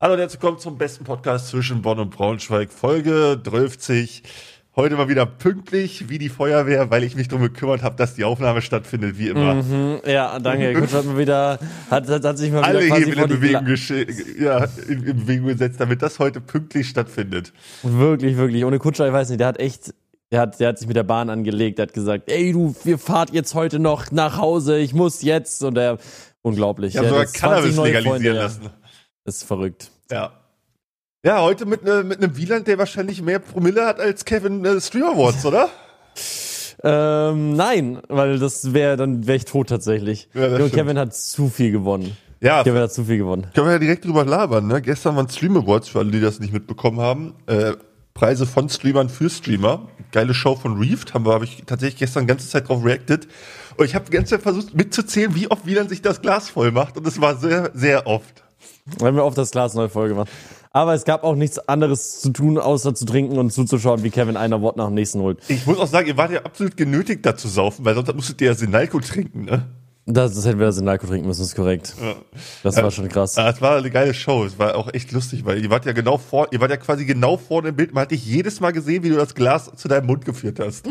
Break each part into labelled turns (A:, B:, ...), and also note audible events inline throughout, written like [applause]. A: Hallo und herzlich willkommen zum besten Podcast zwischen Bonn und Braunschweig, Folge 12. Heute mal wieder pünktlich wie die Feuerwehr, weil ich mich drum gekümmert habe, dass die Aufnahme stattfindet, wie immer.
B: Mhm, ja,
A: [laughs]
B: danke. Kurz hat man wieder, hat, hat, hat sich mal
A: Alle
B: wieder quasi
A: Hebel
B: vor
A: in
B: die
A: Bewegung,
B: Gla-
A: gesche- ja, in, in Bewegung gesetzt, damit das heute pünktlich stattfindet.
B: Wirklich, wirklich. Ohne Kutscher, ich weiß nicht, der hat echt, der hat, der hat sich mit der Bahn angelegt, der hat gesagt, ey du, wir fahrt jetzt heute noch nach Hause, ich muss jetzt. Und der, unglaublich.
A: Ich habe
B: Ja,
A: sogar
B: das 20
A: Cannabis
B: neue
A: legalisieren
B: Freunde, ja.
A: lassen.
B: Das ist verrückt.
A: Ja. Ja, heute mit, ne, mit einem Wieland, der wahrscheinlich mehr Promille hat als Kevin äh, Stream Awards, oder?
B: Ähm, nein, weil das wäre, dann wäre ich tot tatsächlich.
A: Ja, das
B: Junge,
A: stimmt.
B: Kevin hat zu viel gewonnen.
A: Ja,
B: Kevin hat zu viel gewonnen.
A: Können wir ja direkt drüber labern, ne? Gestern waren Stream Awards, für alle, die das nicht mitbekommen haben. Äh, Preise von Streamern für Streamer. Geile Show von Reeft, habe hab ich tatsächlich gestern die ganze Zeit drauf reacted. Und ich habe die ganze Zeit versucht mitzuzählen, wie oft Wieland sich das Glas voll macht. Und es war sehr, sehr oft.
B: Wir haben ja oft das Glas neu voll gemacht. Aber es gab auch nichts anderes zu tun, außer zu trinken und zuzuschauen, wie Kevin einer Wort nach dem nächsten holt.
A: Ich muss auch sagen, ihr wart ja absolut genötigt, da zu saufen, weil sonst musstet ihr ja Sinalco trinken, ne?
B: Das, das hätten wir das in Alkohol trinken müssen, ist korrekt. Das war schon krass.
A: Ja, Ah, es war eine geile Show. Es war auch echt lustig, weil ihr wart ja genau vor, ihr wart ja quasi genau vorne im Bild. Man hat dich jedes Mal gesehen, wie du das Glas zu deinem Mund geführt hast.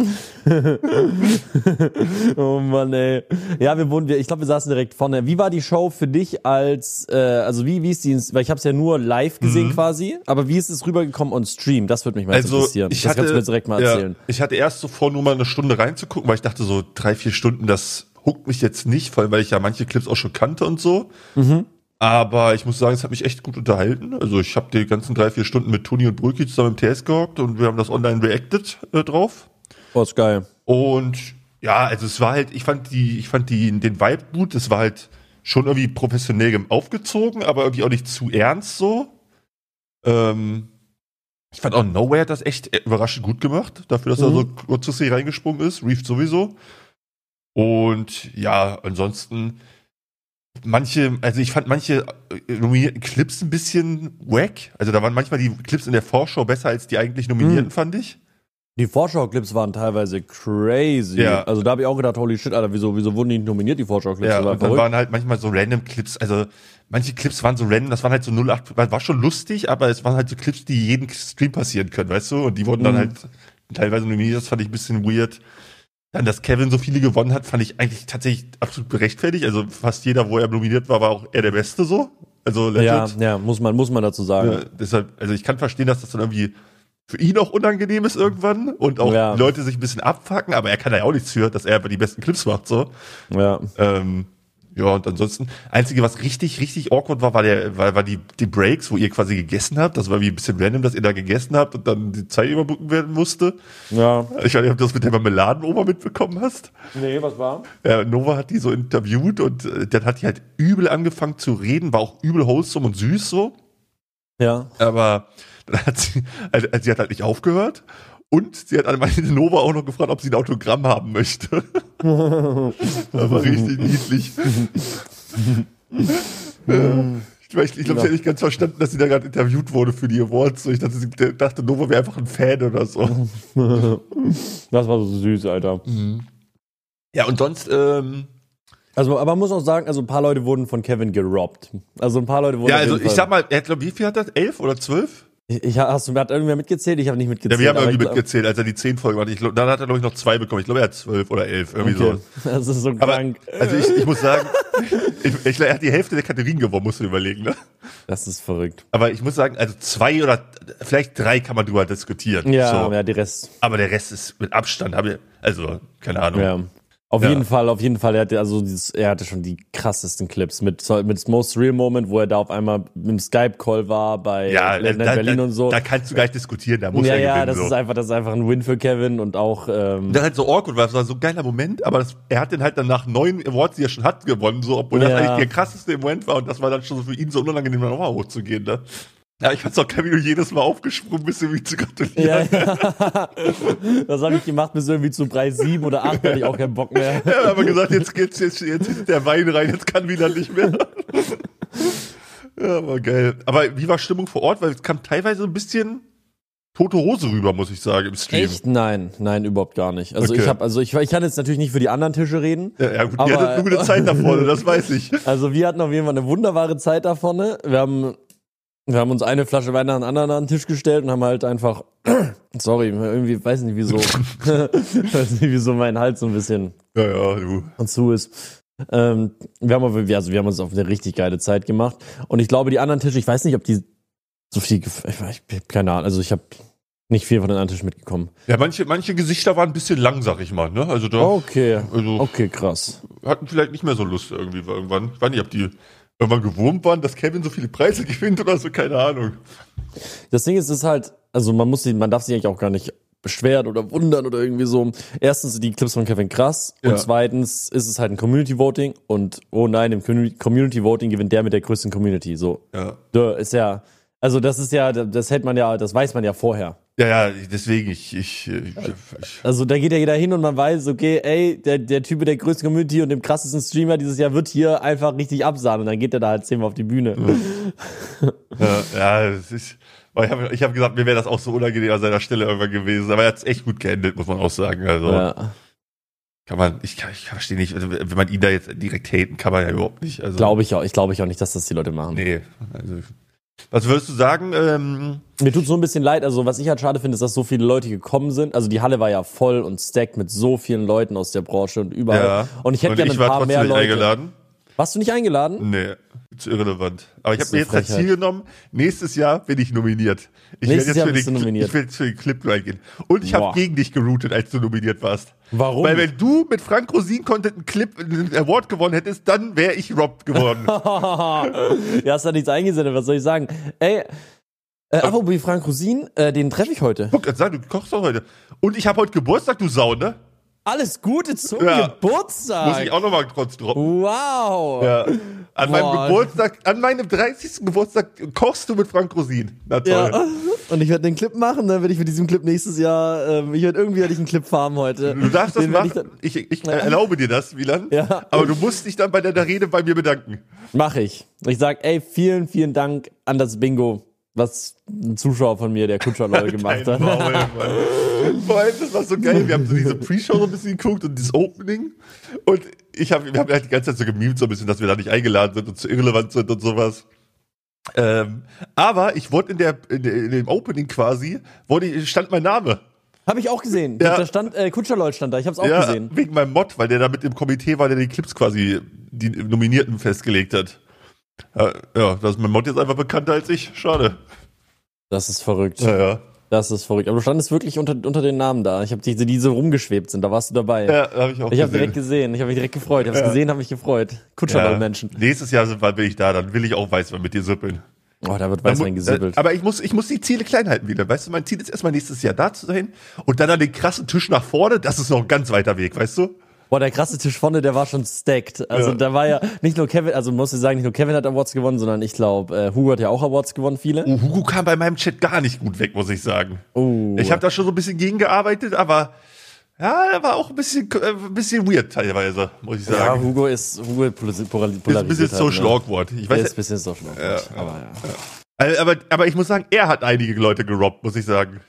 B: Oh Mann, ey. Ja, wir wurden, wir, ich glaube, wir saßen direkt vorne. Wie war die Show für dich als, äh, also wie, wie ist die, weil ich habe es ja nur live gesehen
A: Mhm.
B: quasi, aber wie ist es rübergekommen on Stream? Das würde mich mal jetzt interessieren. das kannst du mir direkt mal
A: Also, ja,
B: erzählen.
A: ich hatte erst so vor, nur mal eine Stunde reinzugucken, weil ich dachte, so drei, vier Stunden, das huckt mich jetzt nicht, vor allem, weil ich ja manche Clips auch schon kannte und so.
B: Mhm.
A: Aber ich muss sagen, es hat mich echt gut unterhalten. Also ich habe die ganzen drei, vier Stunden mit Toni und Brülki zusammen im TS gehockt und wir haben das online reacted äh, drauf.
B: Oh, ist geil.
A: Und ja, also es war halt, ich fand die, ich fand die, den Vibe gut, es war halt schon irgendwie professionell gem- aufgezogen, aber irgendwie auch nicht zu ernst so. Ähm, ich fand auch Nowhere hat das echt überraschend gut gemacht, dafür, dass er
B: Mhm.
A: so kurzfristig reingesprungen ist, Reef sowieso. Und ja, ansonsten manche, also ich fand manche äh, nominierte Clips ein bisschen wack. Also da waren manchmal die Clips in der Vorschau besser als die eigentlich Nominierten, fand ich.
B: Die Vorschau-Clips waren teilweise crazy.
A: Ja.
B: Also da habe ich auch gedacht, holy shit, Alter, wieso, wieso wurden die nicht nominiert, die Vorschau-Clips?
A: Ja,
B: Das war
A: und dann
B: verrückt.
A: waren halt manchmal so random Clips, also manche Clips waren so random, das waren halt so 08, war war schon lustig, aber es waren halt so Clips, die jeden Stream passieren können, weißt du? Und die wurden dann
B: Mhm.
A: halt teilweise nominiert, das fand ich ein bisschen weird. Dann, dass Kevin so viele gewonnen hat, fand ich eigentlich tatsächlich absolut gerechtfertigt. Also fast jeder, wo er nominiert war, war auch er der Beste so. Also
B: ja,
A: legit.
B: ja, muss man, muss man dazu sagen.
A: Ja, deshalb, also ich kann verstehen, dass das dann irgendwie für ihn auch unangenehm ist irgendwann und auch
B: Ja.
A: die Leute sich ein bisschen abfacken, aber er kann da ja auch nichts für, dass er einfach die besten Clips macht so.
B: Ja.
A: Ähm, ja, und ansonsten, einzige, was richtig, richtig awkward war, war, der, war, war die, die Breaks, wo ihr quasi gegessen habt. Das war wie ein bisschen random, dass ihr da gegessen habt und dann die Zeit überbrücken werden musste.
B: Ja.
A: Ich weiß nicht, ob du das mit der Marmeladenoma mitbekommen hast.
B: Nee, was war?
A: Ja, Nova hat die so interviewt und äh, dann hat die halt übel angefangen zu reden, war auch übel wholesome und süß so.
B: Ja.
A: Aber dann hat sie, also, also sie hat halt nicht aufgehört. Und sie hat an meine Nova auch noch gefragt, ob sie ein Autogramm haben
B: [laughs]
A: möchte. das war richtig niedlich. Ja. ich weiß- ich glaube, sie hat nicht ganz verstanden, dass sie da gerade interviewt wurde für die Awards. Ich dachte, sie dachte Nova wäre einfach ein Fan oder so.
B: [laughs] Das war so süß, Alter.
A: Mhm. Ja, und sonst, ähm,
B: Also, aber man muss auch sagen, also ein paar Leute wurden von Kevin gerobbt. Also ein paar Leute wurden.
A: ja,
B: auf
A: also
B: jeden
A: ich
B: Fall-
A: sag mal, er hat, glaub, wie viel hat das? Elf oder zwölf?
B: Ich, ich, hast du, hat irgendwer mitgezählt? Ich habe nicht
A: Ja,
B: mitgezählt.
A: wir haben
B: aber
A: irgendwie
B: ich glaub-
A: mitgezählt, als er die zehn Folgen hatte. Ich glaub, Dann hat er, glaube ich, noch zwei bekommen. Ich glaube, er hat zwölf oder elf, irgendwie so.
B: Okay. [laughs] Das ist so
A: Aber,
B: krank.
A: also ich, ich muss sagen, [laughs] ich, ich, er hat die Hälfte der Kategorien gewonnen, musst du dir überlegen. Ne?
B: Das ist verrückt.
A: Aber ich muss sagen, also zwei oder vielleicht drei kann man drüber diskutieren.
B: Ja,
A: so.
B: ja, die Rest.
A: Aber der Rest ist mit Abstand, habe ich, also keine Ahnung.
B: Ja. Auf
A: Ja.
B: jeden Fall, auf jeden Fall. Er hatte, also dieses, er hatte schon die krassesten Clips mit, mit Most Real Moment, wo er da auf einmal im Skype-Call war bei
A: Ja,
B: Late Night
A: da,
B: Berlin
A: da,
B: und so.
A: da kannst du gar nicht diskutieren, da muss
B: ja,
A: er gewinnen.
B: ja, das
A: so.
B: ist einfach, das ist einfach ein Win für Kevin und
A: [laughs]
B: auch ähm, [laughs]
A: das ist halt so awkward, weil es war so ein geiler Moment, aber das, er hat den halt dann nach neun Awards, die er schon hat, gewonnen, so, obwohl
B: Ja.
A: das eigentlich der krasseste Moment war und das war dann schon so für ihn so unangenehm, dann nochmal hochzugehen. Ne? Ja, ich fand's auch geil, wie du jedes Mal aufgesprungen bist, um ihm zu gratulieren.
B: Ja, ja. Das habe ich gemacht bis irgendwie zu Preis 7 oder 8, hatte ich auch keinen Bock mehr.
A: Er hat aber gesagt, jetzt geht's, jetzt, jetzt ist der Wein rein, jetzt kann wieder nicht mehr. Ja, war geil. Aber wie war Stimmung vor Ort? Weil es kam teilweise ein bisschen tote Hose rüber, muss ich sagen, im Stream.
B: Echt? Nein, nein, überhaupt gar nicht. Also
A: Okay.
B: ich habe, also ich, ich kann jetzt natürlich nicht für die anderen Tische reden.
A: Ja, ja gut, ihr
B: Aber-
A: hattet eine gute Zeit da vorne, das weiß ich.
B: Also wir hatten auf jeden Fall eine wunderbare Zeit da vorne. Wir haben Wir haben uns eine Flasche Wein nach der anderen an den Tisch gestellt und haben halt einfach, [clears throat] sorry, irgendwie, weiß
A: [laughs]
B: nicht wieso, [laughs] weiß nicht wieso mein Hals so ein bisschen
A: Ja, ja, du.
B: und zu ist. Ähm, wir haben aber, wir- also wir haben uns auf eine richtig geile Zeit gemacht. Und ich glaube, die anderen Tische, ich weiß nicht, ob die so viel, gef- ich, weiß- ich hab keine Ahnung, also ich habe nicht viel von den anderen Tischen mitgekommen.
A: Ja, manche, manche Gesichter waren ein bisschen lang, sag ich mal, ne? Also da
B: Okay,
A: also,
B: okay, krass.
A: hatten vielleicht nicht mehr so Lust irgendwie weil irgendwann. Ich weiß nicht, ob die irgendwann gewurmt waren, dass Kevin so viele Preise [laughs] gewinnt oder so, keine Ahnung.
B: Das Ding ist, es ist halt, also man muss sich, man darf sich eigentlich auch gar nicht beschweren oder wundern oder irgendwie so. Erstens sind die Clips von Kevin krass
A: Ja.
B: und zweitens ist es halt ein Community Voting und oh nein, im Commu- Community Voting gewinnt der mit der größten Community. So,
A: Ja.
B: Duh, ist ja, also das ist ja, das hält man ja, das weiß man ja vorher.
A: Ja, ja, deswegen, ich, ich, ich, ich
B: Also da geht ja jeder hin und man weiß, okay, ey, der, der Typ mit der größten Community und dem krassesten Streamer dieses Jahr wird hier einfach richtig absahnen und dann geht er da halt zehnmal auf die Bühne.
A: ja, ja, es ist, aber ich habe ich hab gesagt, mir wäre das auch so unangenehm an seiner Stelle irgendwann gewesen, aber er hat's echt gut geendet, muss man auch sagen. Also
B: Ja,
A: kann man, ich, kann, ich verstehe nicht, also, wenn man ihn da jetzt direkt haten, kann man ja überhaupt nicht. Also,
B: glaube ich auch, ich glaube ich auch nicht, dass das die Leute machen.
A: Nee, also. Was würdest du sagen? Ähm,
B: Mir tut so ein bisschen leid, also was ich halt schade finde, ist, dass so viele Leute gekommen sind. Also die Halle war ja voll und stacked mit so vielen Leuten aus der Branche und überall.
A: ja.
B: Und ich hätte gerne ein
A: war
B: paar
A: trotzdem
B: mehr
A: nicht
B: Leute.
A: eingeladen.
B: Warst du nicht
A: [laughs]
B: eingeladen? [laughs]
A: Nee, ist irrelevant. Aber ich
B: Ist
A: habe mir
B: eine
A: jetzt das
B: Frechheit.
A: Ziel genommen, nächstes Jahr bin ich nominiert. Ich
B: Nächstes
A: werd
B: Jahr
A: für
B: bist
A: den,
B: du nominiert.
A: Ich will jetzt für den Clip reingehen. Und ich
B: Boah.
A: habe gegen dich geroutet, als du nominiert warst.
B: Warum?
A: Weil wenn du mit Frank Rosin Content einen Clip, einen Award gewonnen hättest, dann wäre ich robbed
B: [laughs]
A: geworden.
B: ja, hast da nichts eingesendet, was soll ich sagen? Ey, äh, apropos Frank Rosin, äh, den treffe ich heute.
A: Guck, jetzt sag, du kochst doch heute. Und ich habe heute Geburtstag, du Sau, ne?
B: Alles Gute zum
A: Ja.
B: Geburtstag!
A: Muss ich auch nochmal trotz droppen.
B: Wow!
A: Ja. An meinem
B: Oh. Boah.
A: Geburtstag, an meinem 30. Geburtstag kochst du mit Frank Rosin. Na toll.
B: Ja. Und ich werde den Clip machen, dann werde ich mit diesem Clip nächstes Jahr, ähm, ich werde irgendwie werde ich einen Clip farmen heute.
A: Du darfst das
B: Den werd ich
A: machen. Ich, ich, äh, erlaube dir das, Wieland.
B: Ja.
A: Aber du musst dich dann bei deiner Rede bei mir bedanken.
B: Mach ich. Ich sag, ey, vielen, vielen Dank an das Bingo, was ein Zuschauer von mir, der
A: [laughs]
B: Kutscherloll gemacht
A: Dein
B: hat.
A: Maul, Mann. Vor allem, das war so geil. Wir haben so diese Pre-Show so ein bisschen geguckt und das Opening. Und ich hab, wir haben halt die ganze Zeit so gemimt, so ein bisschen, dass wir da nicht eingeladen sind und zu irrelevant sind und sowas. Ähm, aber ich wurde in, der, in, der, in dem Opening quasi, wurde, ich- stand mein Name.
B: Habe ich auch gesehen.
A: Ja.
B: Da stand, äh, Kutscherloll stand da, ich hab's auch
A: ja,
B: gesehen.
A: wegen meinem Mod, weil der da mit im Komitee war, der die Clips quasi die Nominierten festgelegt hat. Ja, ja das ist mein Mod jetzt einfach bekannter als ich. Schade.
B: Das ist verrückt.
A: Ja, ja.
B: Das ist verrückt. Aber du standest wirklich unter, unter den Namen da. Ich habe die, die so rumgeschwebt sind, da warst du dabei.
A: ja habe ich auch
B: Ich habe direkt
A: gesehen.
B: gesehen, ich habe mich direkt gefreut. Ich habe gesehen, habe mich gefreut. Kutscherloll-Menschen.
A: Ja. Nächstes Jahr sind, wann bin ich da, dann will ich auch Weißwein mit dir süppeln.
B: Oh, da wird Weißwein
A: äh,
B: gesippelt.
A: aber ich muss, ich muss die Ziele klein halten wieder. Weißt du, mein Ziel ist erstmal nächstes Jahr da zu sein und dann an den krassen Tisch nach vorne. Das ist noch ein ganz weiter Weg, weißt du?
B: Boah, der krasse Tisch vorne, der war schon stacked. Also
A: Ja.
B: da war ja nicht nur Kevin, also muss ich sagen, nicht nur Kevin hat Awards gewonnen, sondern ich glaube, äh, Hugo hat ja auch Awards gewonnen, viele.
A: Oh, Hugo kam bei meinem Chat gar nicht gut weg, muss ich sagen.
B: Oh.
A: Ich habe da schon so ein bisschen gegengearbeitet, aber ja, er war auch ein bisschen, äh, ein bisschen weird teilweise, muss ich
B: Ja,
A: sagen.
B: Hugo ist Hugo polarisiert.
A: ist ein bisschen
B: polarisiert halt,
A: social
B: ne?
A: awkward. Ich
B: Der ist
A: weiß,
B: ein bisschen social awkward. aber ja.
A: äh, aber, aber ich muss sagen, er hat einige Leute gerobbt, muss ich sagen.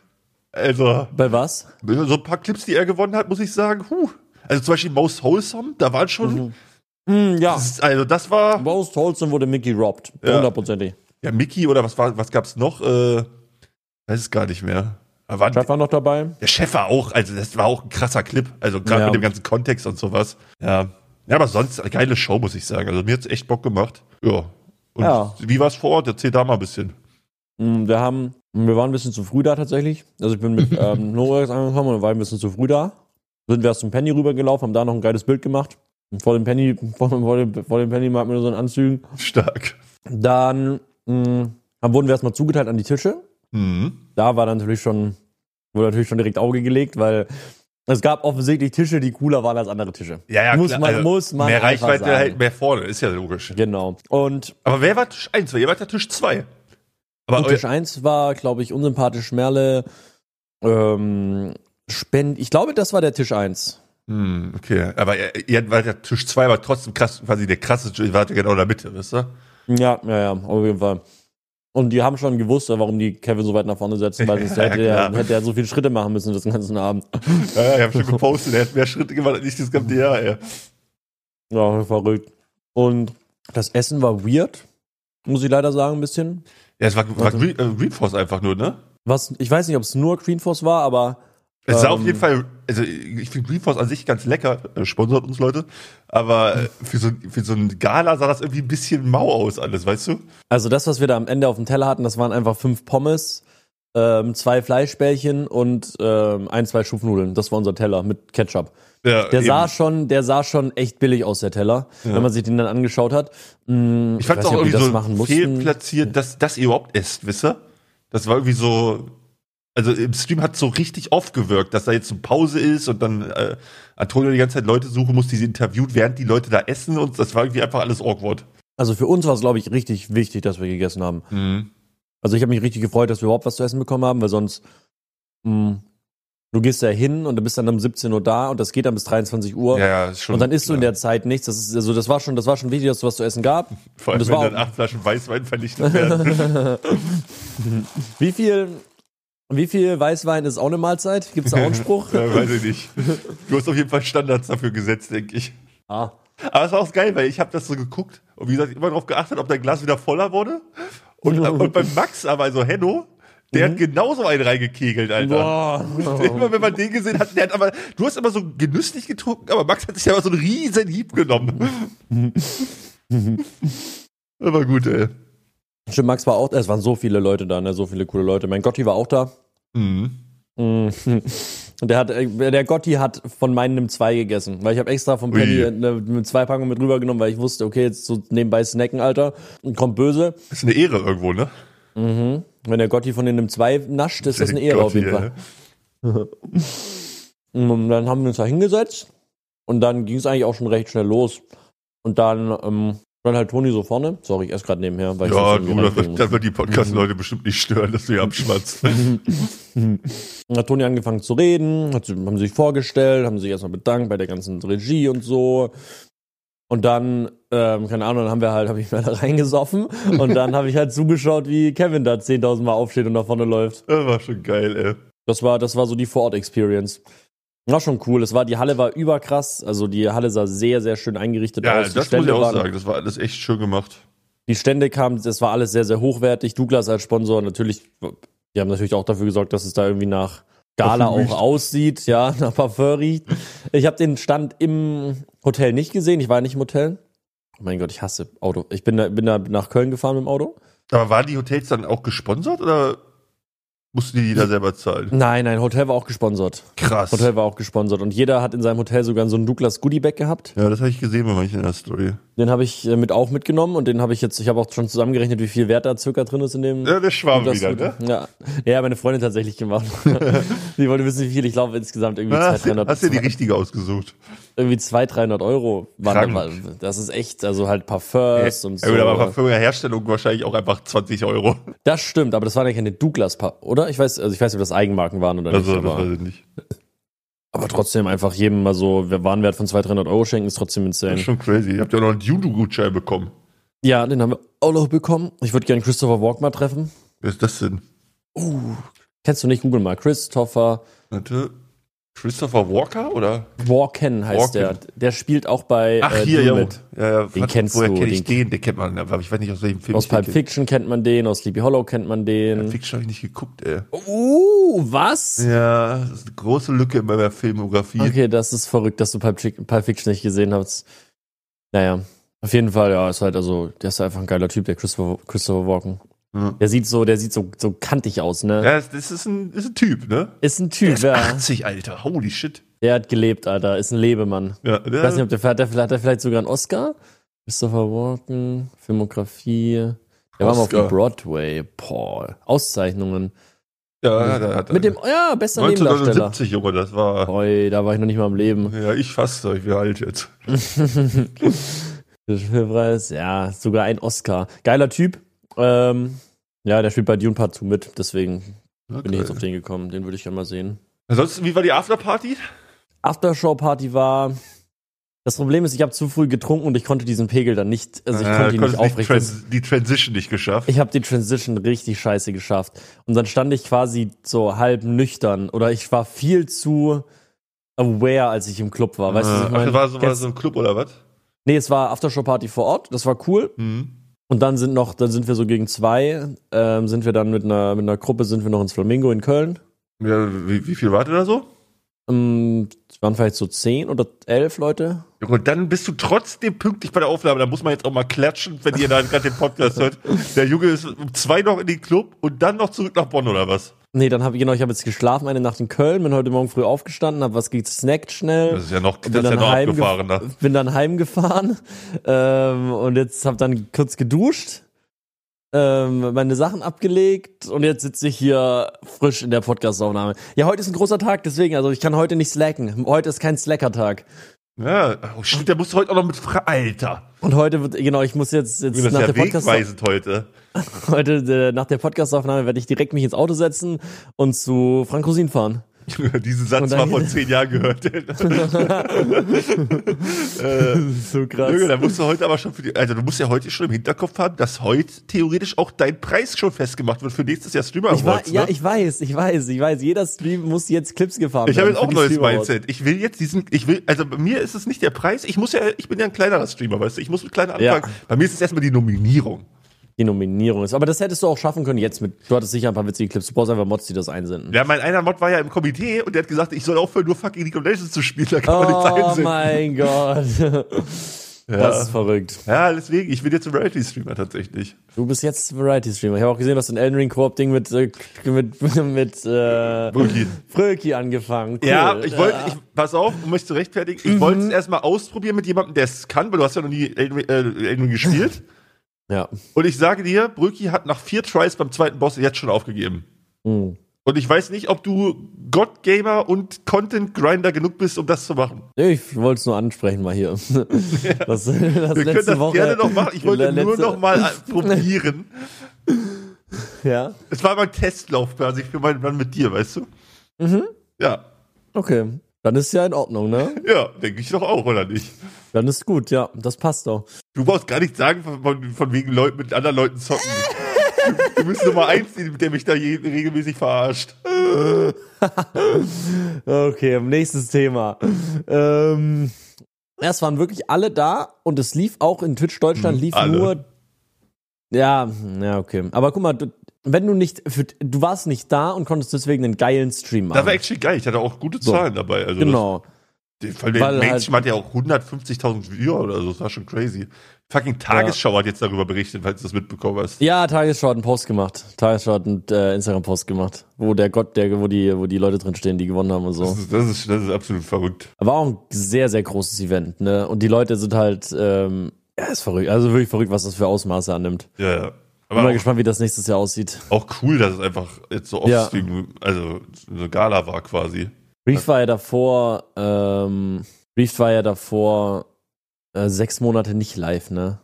A: Also,
B: Bei was?
A: so ein paar Clips, die er gewonnen hat, muss ich sagen, huh. Also zum Beispiel Most Wholesome, da waren schon,
B: Hm, ja.
A: das ist- also das war,
B: Most Holson wurde Mickey robbed. Hundertprozentig.
A: ja, Mickey oder was war, was gab's noch, äh, weiß es gar nicht mehr. Da waren,
B: Jeff war noch dabei.
A: Der Chef war auch, also das war auch ein krasser Clip. Also gerade
B: Ja.
A: mit dem ganzen Kontext und sowas. Ja. Ja, aber sonst eine geile Show, muss ich sagen. Also mir hat's echt Bock gemacht. Ja. Und
B: Ja.
A: wie war's vor Ort? Erzähl da mal ein bisschen.
B: Hm, Wir haben, wir waren ein bisschen zu früh da tatsächlich. Also ich bin
A: [laughs]
B: mit ähm, Norex angekommen und war ein bisschen zu früh da. Sind wir erst zum Penny rübergelaufen, haben da noch ein geiles Bild gemacht. Vor dem Penny, [laughs] vor, vor dem, vor dem Penny mal mit unseren Anzügen.
A: Stark.
B: Dann mh, dann wurden wir erstmal zugeteilt an die Tische.
A: Mhm.
B: Da war dann natürlich schon, wurde natürlich schon direkt Auge gelegt, weil es gab offensichtlich Tische, die cooler waren als andere Tische.
A: Ja, ja,
B: muss
A: klar.
B: man,
A: Also,
B: muss man.
A: Mehr
B: einfach
A: Reichweite
B: sagen.
A: halt mehr vorne, ist ja logisch.
B: Genau. Und
A: Aber wer war Tisch 1? Ihr wart ja Tisch 2. Aber
B: Und
A: eu-
B: Tisch 1 war, glaube ich, unsympathisch Merle. Ähm, Spend. Ich glaube, das war der Tisch 1.
A: Hm, okay. Aber ihr, ihr wart ja Tisch 2 war trotzdem krass, quasi der krasseste, ihr wart ja genau in der Mitte, wisst ihr?
B: Ja, ja, ja, auf jeden Fall. Und die haben schon gewusst, äh, warum die Kevin so weit nach vorne setzen,
A: [laughs]
B: weil sonst
A: Ja,
B: hätte, er,
A: klar.
B: hätte er so viele Schritte machen müssen den ganzen Abend.
A: Ja, ja, ich
B: [laughs]
A: hab schon gepostet, er hat mehr Schritte gemacht als ich das ganze Jahr, ey.
B: Ja, verrückt. Und das Essen war weird, muss ich leider sagen, ein bisschen.
A: Ja, es war, war Green, äh, Green Force einfach nur, ne?
B: Was, ich weiß nicht, ob es nur Green Force war, aber
A: Es sah auf
B: Ähm.
A: jeden Fall, also ich finde Green Force an sich ganz lecker, äh, sponsert uns Leute, aber äh, für so, ein- für so ein Gala sah das irgendwie ein bisschen mau aus alles, weißt du?
B: also das, was wir da am Ende auf dem Teller hatten, das waren einfach fünf Pommes, ähm, zwei Fleischbällchen und ähm, ein, zwei Schupfnudeln. Das war unser Teller mit Ketchup.
A: Ja,
B: Der
A: eben.
B: sah schon, der sah schon echt billig aus, der Teller, wenn man sich den dann angeschaut hat. Mm,
A: ich fand es
B: weiß
A: auch
B: nicht, ob
A: irgendwie
B: die das
A: so
B: machen mussten.
A: fehlplatziert, dass, dass ihr überhaupt esst, wisst ihr? Das war irgendwie so, also im Stream hat so richtig aufgewirkt, dass da jetzt so Pause ist und dann äh, Antonio die ganze Zeit Leute suchen muss, die sie interviewt, während die Leute da essen und das war irgendwie einfach alles awkward.
B: Also für uns war es, glaube ich, richtig wichtig, dass wir gegessen haben. Also ich habe mich richtig gefreut, dass wir überhaupt was zu essen bekommen haben, weil sonst mm, du gehst da hin und du bist dann um 17 Uhr da und das geht dann bis 23 Uhr.
A: Ja, ja, ist schon
B: und dann isst du in
A: klar.
B: der Zeit nichts. Das ist also das war schon, das war schon wichtig, dass es was zu essen gab.
A: [laughs] Vor allem,
B: und das
A: wenn
B: war
A: dann acht Flaschen Weißwein vernichtet werden.
B: Wie viel wie viel Weißwein ist auch eine Mahlzeit? Gibt es auch
A: [laughs]
B: einen Spruch?
A: ja, weiß ich nicht. Du hast auf jeden Fall Standards dafür gesetzt, denke ich.
B: ah.
A: Aber es war auch geil, weil ich habe das so geguckt und wie gesagt, immer darauf geachtet, ob dein Glas wieder voller wurde.
B: [laughs]
A: Und, und beim Max aber, also Henno, der hat genauso einen reingekegelt, Alter.
B: Mhm. Boah.
A: [laughs] Immer wenn man den gesehen hat, der hat aber, du hast immer so genüsslich getrunken, aber Max hat sich ja immer so einen riesen Hieb
B: [laughs]
A: genommen. aber gut, ey.
B: [laughs] Stimmt, Max war auch da. Es waren so viele Leute da, ne? so viele coole Leute. Mein Gotti war auch da. Mm. Und der, hat, äh, der Gotti hat von meinem zwei gegessen, weil ich habe extra vom Penny
A: Ui.
B: eine, eine Zwei-Packung mit rübergenommen, weil ich wusste, okay, jetzt so nebenbei snacken, Alter, und kommt böse.
A: Ist eine Ehre irgendwo, ne?
B: Wenn der Gotti von einem zwei nascht, ist das eine Ehre
A: Gott,
B: auf jeden
A: hier, ne?
B: Fall. Und dann haben wir uns da hingesetzt und dann ging es eigentlich auch schon recht schnell los. Und dann ähm, dann halt Toni so vorne. Sorry, ich esse gerade nebenher. Weil
A: Ja,
B: ich sonst irgendwie
A: du, das
B: reinkriegen
A: wird,
B: muss.
A: das wird die Podcast-Leute bestimmt nicht stören, dass du hier
B: [laughs]
A: abschmatzt.
B: Dann hat Toni angefangen zu reden, hat, sie- haben sich vorgestellt, haben sich erstmal bedankt bei der ganzen Regie und so. Und dann, ähm, keine Ahnung, dann haben wir halt, habe ich mir da reingesoffen und dann habe ich halt zugeschaut, wie Kevin da 10.000 Mal aufsteht und nach vorne läuft.
A: Das war schon geil, ey.
B: Das war, das war so die Vor-Ort-Experience. War schon cool. Es war, die Halle war überkrass. Also die Halle sah sehr, sehr schön eingerichtet
A: Ja,
B: aus. Die
A: das muss ich
B: Stände
A: auch
B: waren-
A: sagen. Das war alles echt schön gemacht.
B: die Stände kamen, das war alles sehr, sehr hochwertig. Douglas als Sponsor natürlich, die haben natürlich auch dafür gesorgt, dass es da irgendwie nach Gala
A: Parfüm
B: auch
A: riecht.
B: aussieht, ja, [laughs] nach Parfum riecht. Ich habe den Stand im Hotel nicht gesehen, ich war nicht im Hotel. Oh mein Gott, ich hasse Auto. Ich bin da, bin da nach Köln gefahren mit dem Auto.
A: Aber waren die Hotels dann auch gesponsert oder mussten die die da selber zahlen?
B: Nein, nein, Hotel war auch gesponsert.
A: Krass.
B: Hotel war auch gesponsert und jeder hat in seinem Hotel sogar so einen Douglas Goodiebag gehabt.
A: Ja, das habe ich gesehen bei manchen in der Story.
B: Den habe ich äh, mit auch mitgenommen und den habe ich jetzt, ich habe auch schon zusammengerechnet, wie viel Wert da circa drin ist in dem
A: Ja, der Schwamm
B: Das
A: wieder,
B: gut.
A: ne?
B: Ja. ja, meine Freundin tatsächlich gemacht. [laughs] Die wollte wissen, wie viel. Ich glaube insgesamt irgendwie
A: Na,
B: 200,
A: Hast, du-
B: 300,
A: hast du die richtige ausgesucht?
B: irgendwie 200, 300 Euro. Waren
A: Krank.
B: da, das ist echt, also halt Parfums und so.
A: Ja, gut, aber für eine Herstellung wahrscheinlich auch einfach 20 Euro.
B: das stimmt, aber das waren ja keine Douglas, Pa- oder? Ich weiß, also ich weiß nicht, ob das Eigenmarken waren oder
A: Also,
B: nicht.
A: das
B: Aber,
A: weiß ich nicht.
B: aber trotzdem einfach jedem mal so wer Warenwert von 200, 300 Euro schenken, ist trotzdem
A: Das ist
B: insane.
A: schon crazy. Ihr habt ja auch noch einen Juno-Gutschein bekommen.
B: Ja, den haben wir auch noch bekommen. Ich würde gerne Christopher Walk mal treffen.
A: Wer ist das denn?
B: Kennst du nicht? Google mal. Christopher
A: Warte. Christopher Walker oder?
B: Walken heißt
A: Walken.
B: der. Der spielt auch bei
A: Ach,
B: äh,
A: hier,
B: Doom
A: ja.
B: mit.
A: ja, ja.
B: Den
A: warte,
B: kennst
A: woher
B: du,
A: kenne ich
B: den-
A: den? Den kennt man, aber ich weiß nicht, aus welchem Film
B: Aus
A: ich den
B: Pulp
A: kenne.
B: Fiction kennt man den, aus Sleepy Hollow kennt man
A: Pulp
B: den.
A: Fiction habe ich nicht geguckt, ey.
B: Uh, was?
A: Ja, das ist eine große Lücke in meiner Filmografie.
B: Okay, das ist verrückt, dass du Pulp, Chick- Pulp Fiction nicht gesehen hast. Naja, auf jeden Fall, ja, ist halt also, der ist einfach ein geiler Typ, der Christopher, Christopher Walken.
A: Ja.
B: Der sieht so, der sieht so, so kantig aus, ne?
A: Ja, das, das ist, ein, ist ein Typ, ne?
B: Ist ein Typ, ja.
A: 80, Alter, holy shit.
B: Der hat gelebt, Alter, ist ein Lebemann.
A: Ja,
B: Ich weiß nicht, ob der, hat der, vielleicht- hat der vielleicht sogar einen Oscar? Christopher Walken, Filmografie. Der war mal auf
A: Oscar.
B: dem Broadway, Paul. Auszeichnungen.
A: ja, da hat er-
B: Mit dem, ja, bester Nebendarsteller. Oh.
A: 1970, Junge, das war.
B: Oi, da war ich noch nicht mal im Leben.
A: Ja, ich fasse, ich bin alt jetzt.
B: Der Spielpreis, ja, sogar ein Oscar. Geiler Typ. Ähm, ja, der spielt bei Dune Part 2 mit, deswegen bin ich jetzt auf den gekommen. Den würde ich gerne mal sehen.
A: Ansonsten, wie war die Afterparty?
B: Aftershow-Party war. Das Problem ist, ich habe zu früh getrunken und ich konnte diesen Pegel dann nicht, also ich
A: Äh,
B: konnte ihn
A: konntest
B: nicht
A: die,
B: aufrichten.
A: Trans die Transition nicht geschafft.
B: Ich habe die Transition richtig scheiße geschafft. Und dann stand ich quasi so halb nüchtern oder ich war viel zu aware, als ich im Club war. Weißt du, was
A: Äh,
B: ich meine?
A: ach, war, so, war
B: Kennst-
A: so ein Club oder was?
B: Nee, es war Aftershow-Party vor Ort, das war cool.
A: Mhm.
B: Und dann sind noch, dann sind wir so gegen zwei, ähm, sind wir dann mit einer, mit einer Gruppe, sind wir noch ins Flamingo in Köln.
A: Ja, wie, wie viel wart ihr da so?
B: Ähm, es waren vielleicht so zehn oder elf Leute.
A: Junge, dann bist du trotzdem pünktlich bei der Aufnahme. Da muss man jetzt auch mal klatschen, wenn ihr da gerade den Podcast hört. Der Junge ist um zwei noch in den Club und dann noch zurück nach Bonn oder was?
B: Nee, dann habe ich, genau, ich habe jetzt geschlafen eine Nacht in Köln, bin heute Morgen früh aufgestanden, habe was gesnackt schnell.
A: Das ist ja noch,
B: bin
A: das ist ja
B: dann
A: noch
B: heimge-
A: abgefahrener.
B: Bin dann heimgefahren [laughs] ähm, und jetzt habe dann kurz geduscht, ähm, meine Sachen abgelegt und jetzt sitze ich hier frisch in der Podcast-Aufnahme. Ja, heute ist ein großer Tag, deswegen, also ich kann heute nicht slacken. Heute ist kein Slacker-Tag.
A: Ja, oh, stimmt, der musst du heute auch noch mit, Fra- Alter.
B: Und heute, wird, genau, ich muss jetzt, jetzt
A: Das ist
B: nach
A: ja
B: der Podcast...
A: wegweisend heute.
B: Heute äh, nach der Podcastaufnahme werde ich direkt mich ins Auto setzen und zu Frank Rosin fahren.
A: Junge, Diesen Satz
B: Und dann-
A: mal vor zehn Jahren
B: [laughs]
A: gehört. äh,
B: So krass.
A: Junge, da musst du heute aber schon für die, also du musst ja heute schon im Hinterkopf haben, dass heute theoretisch auch dein Preis schon festgemacht wird für nächstes Jahr Streamer
B: Ich war,
A: Awards.
B: ja,
A: ne?
B: ich weiß, ich weiß, ich weiß. Jeder Stream muss jetzt Clips gefahren
A: Ich habe
B: werden.
A: jetzt auch ein
B: für die
A: neues
B: Streamer-Awards.
A: Mindset. Ich will jetzt diesen, ich will, also bei mir ist es nicht der Preis, ich muss ja, ich bin ja ein kleinerer Streamer, weißt du, ich muss mit kleiner
B: Ja.
A: anfangen. Bei mir ist es erstmal die Nominierung.
B: Die Nominierung ist. Aber das hättest du auch schaffen können jetzt mit. Du hattest sicher ein paar witzige Clips. Du brauchst einfach Mods, die
A: [laughs]
B: das einsenden.
A: Ja, mein einer Mod war ja im Komitee und der hat gesagt, ich soll aufhören, nur fucking League of Legends zu spielen, da kann man nichts
B: Oh
A: einsehen. [laughs]
B: mein Gott. Das ist verrückt.
A: Ja, deswegen, ich bin jetzt ein Reality-Streamer tatsächlich.
B: Du bist jetzt Variety-Streamer. Ich habe auch gesehen, dass du ein Elden Ring Koop-Ding mit, äh, mit, [laughs] mit äh,
A: Bröki.
B: Fröki angefangen. Cool. Mhm.
A: Ja, ich wollte, ich, pass auf, um mich zu rechtfertigen, ich wollte es erstmal ausprobieren mit jemandem, der es kann, weil du hast ja noch nie Elden Ring- äh, Elden Ring gespielt.
B: Ja.
A: Und ich sage dir, Bröki hat nach vier Tries beim zweiten Boss jetzt schon aufgegeben.
B: Mhm.
A: Und ich weiß nicht, ob du Godgamer und Content Grinder genug bist, um das zu machen.
B: Ich wollte es nur ansprechen mal
A: [laughs]
B: hier. Das, das
A: Wir können das gerne noch machen. Ich
B: [laughs]
A: wollte nur noch mal äh, probieren.
B: Ja,
A: Es war mein Testlauf quasi für meinen Run mit dir, weißt du? Mhm. Ja,
B: okay. Dann ist ja in Ordnung, ne?
A: ja, denke ich doch auch, oder nicht?
B: Dann ist gut, ja. Das passt doch.
A: Du brauchst gar nichts sagen von, von, von wegen Leuten mit anderen Leuten zocken. du bist Nummer eins, die- der mich da je, regelmäßig verarscht.
B: Okay, nächstes Thema. Ähm, ja, es waren wirklich alle da und es lief auch in Twitch Deutschland lief
A: Mhm. alle.
B: nur. Ja, ja, okay. Aber guck mal, du, wenn du nicht, für, du warst nicht da und konntest deswegen einen geilen Stream
A: Das
B: machen.
A: war actually geil. Ich hatte auch gute Zahlen dabei. Also
B: genau.
A: Das, vor allem
B: Weil
A: der Mainstream hat ja auch 150.000 Viewer oder so. Das war schon crazy. Fucking Tagesschau hat jetzt darüber berichtet, falls du das mitbekommen hast.
B: Ja, Tagesschau hat einen Post gemacht. Tagesschau hat einen äh, Instagram-Post gemacht, wo der Gott, der, wo die, wo die Leute drin stehen, die gewonnen haben und so.
A: Das ist, das ist, das ist absolut verrückt.
B: War auch ein sehr, sehr großes Event, ne? Und die Leute sind halt, ähm, ja, ist verrückt. Also wirklich verrückt, was das für Ausmaße annimmt.
A: Ja, ja.
B: Bin
A: Aber
B: mal
A: auch,
B: gespannt, wie das nächstes Jahr aussieht.
A: auch cool, dass es einfach jetzt so
B: Ja.
A: offstream, also so eine Gala war quasi.
B: Reef war ja davor, ähm, Reef war ja davor äh, sechs Monate nicht live, ne?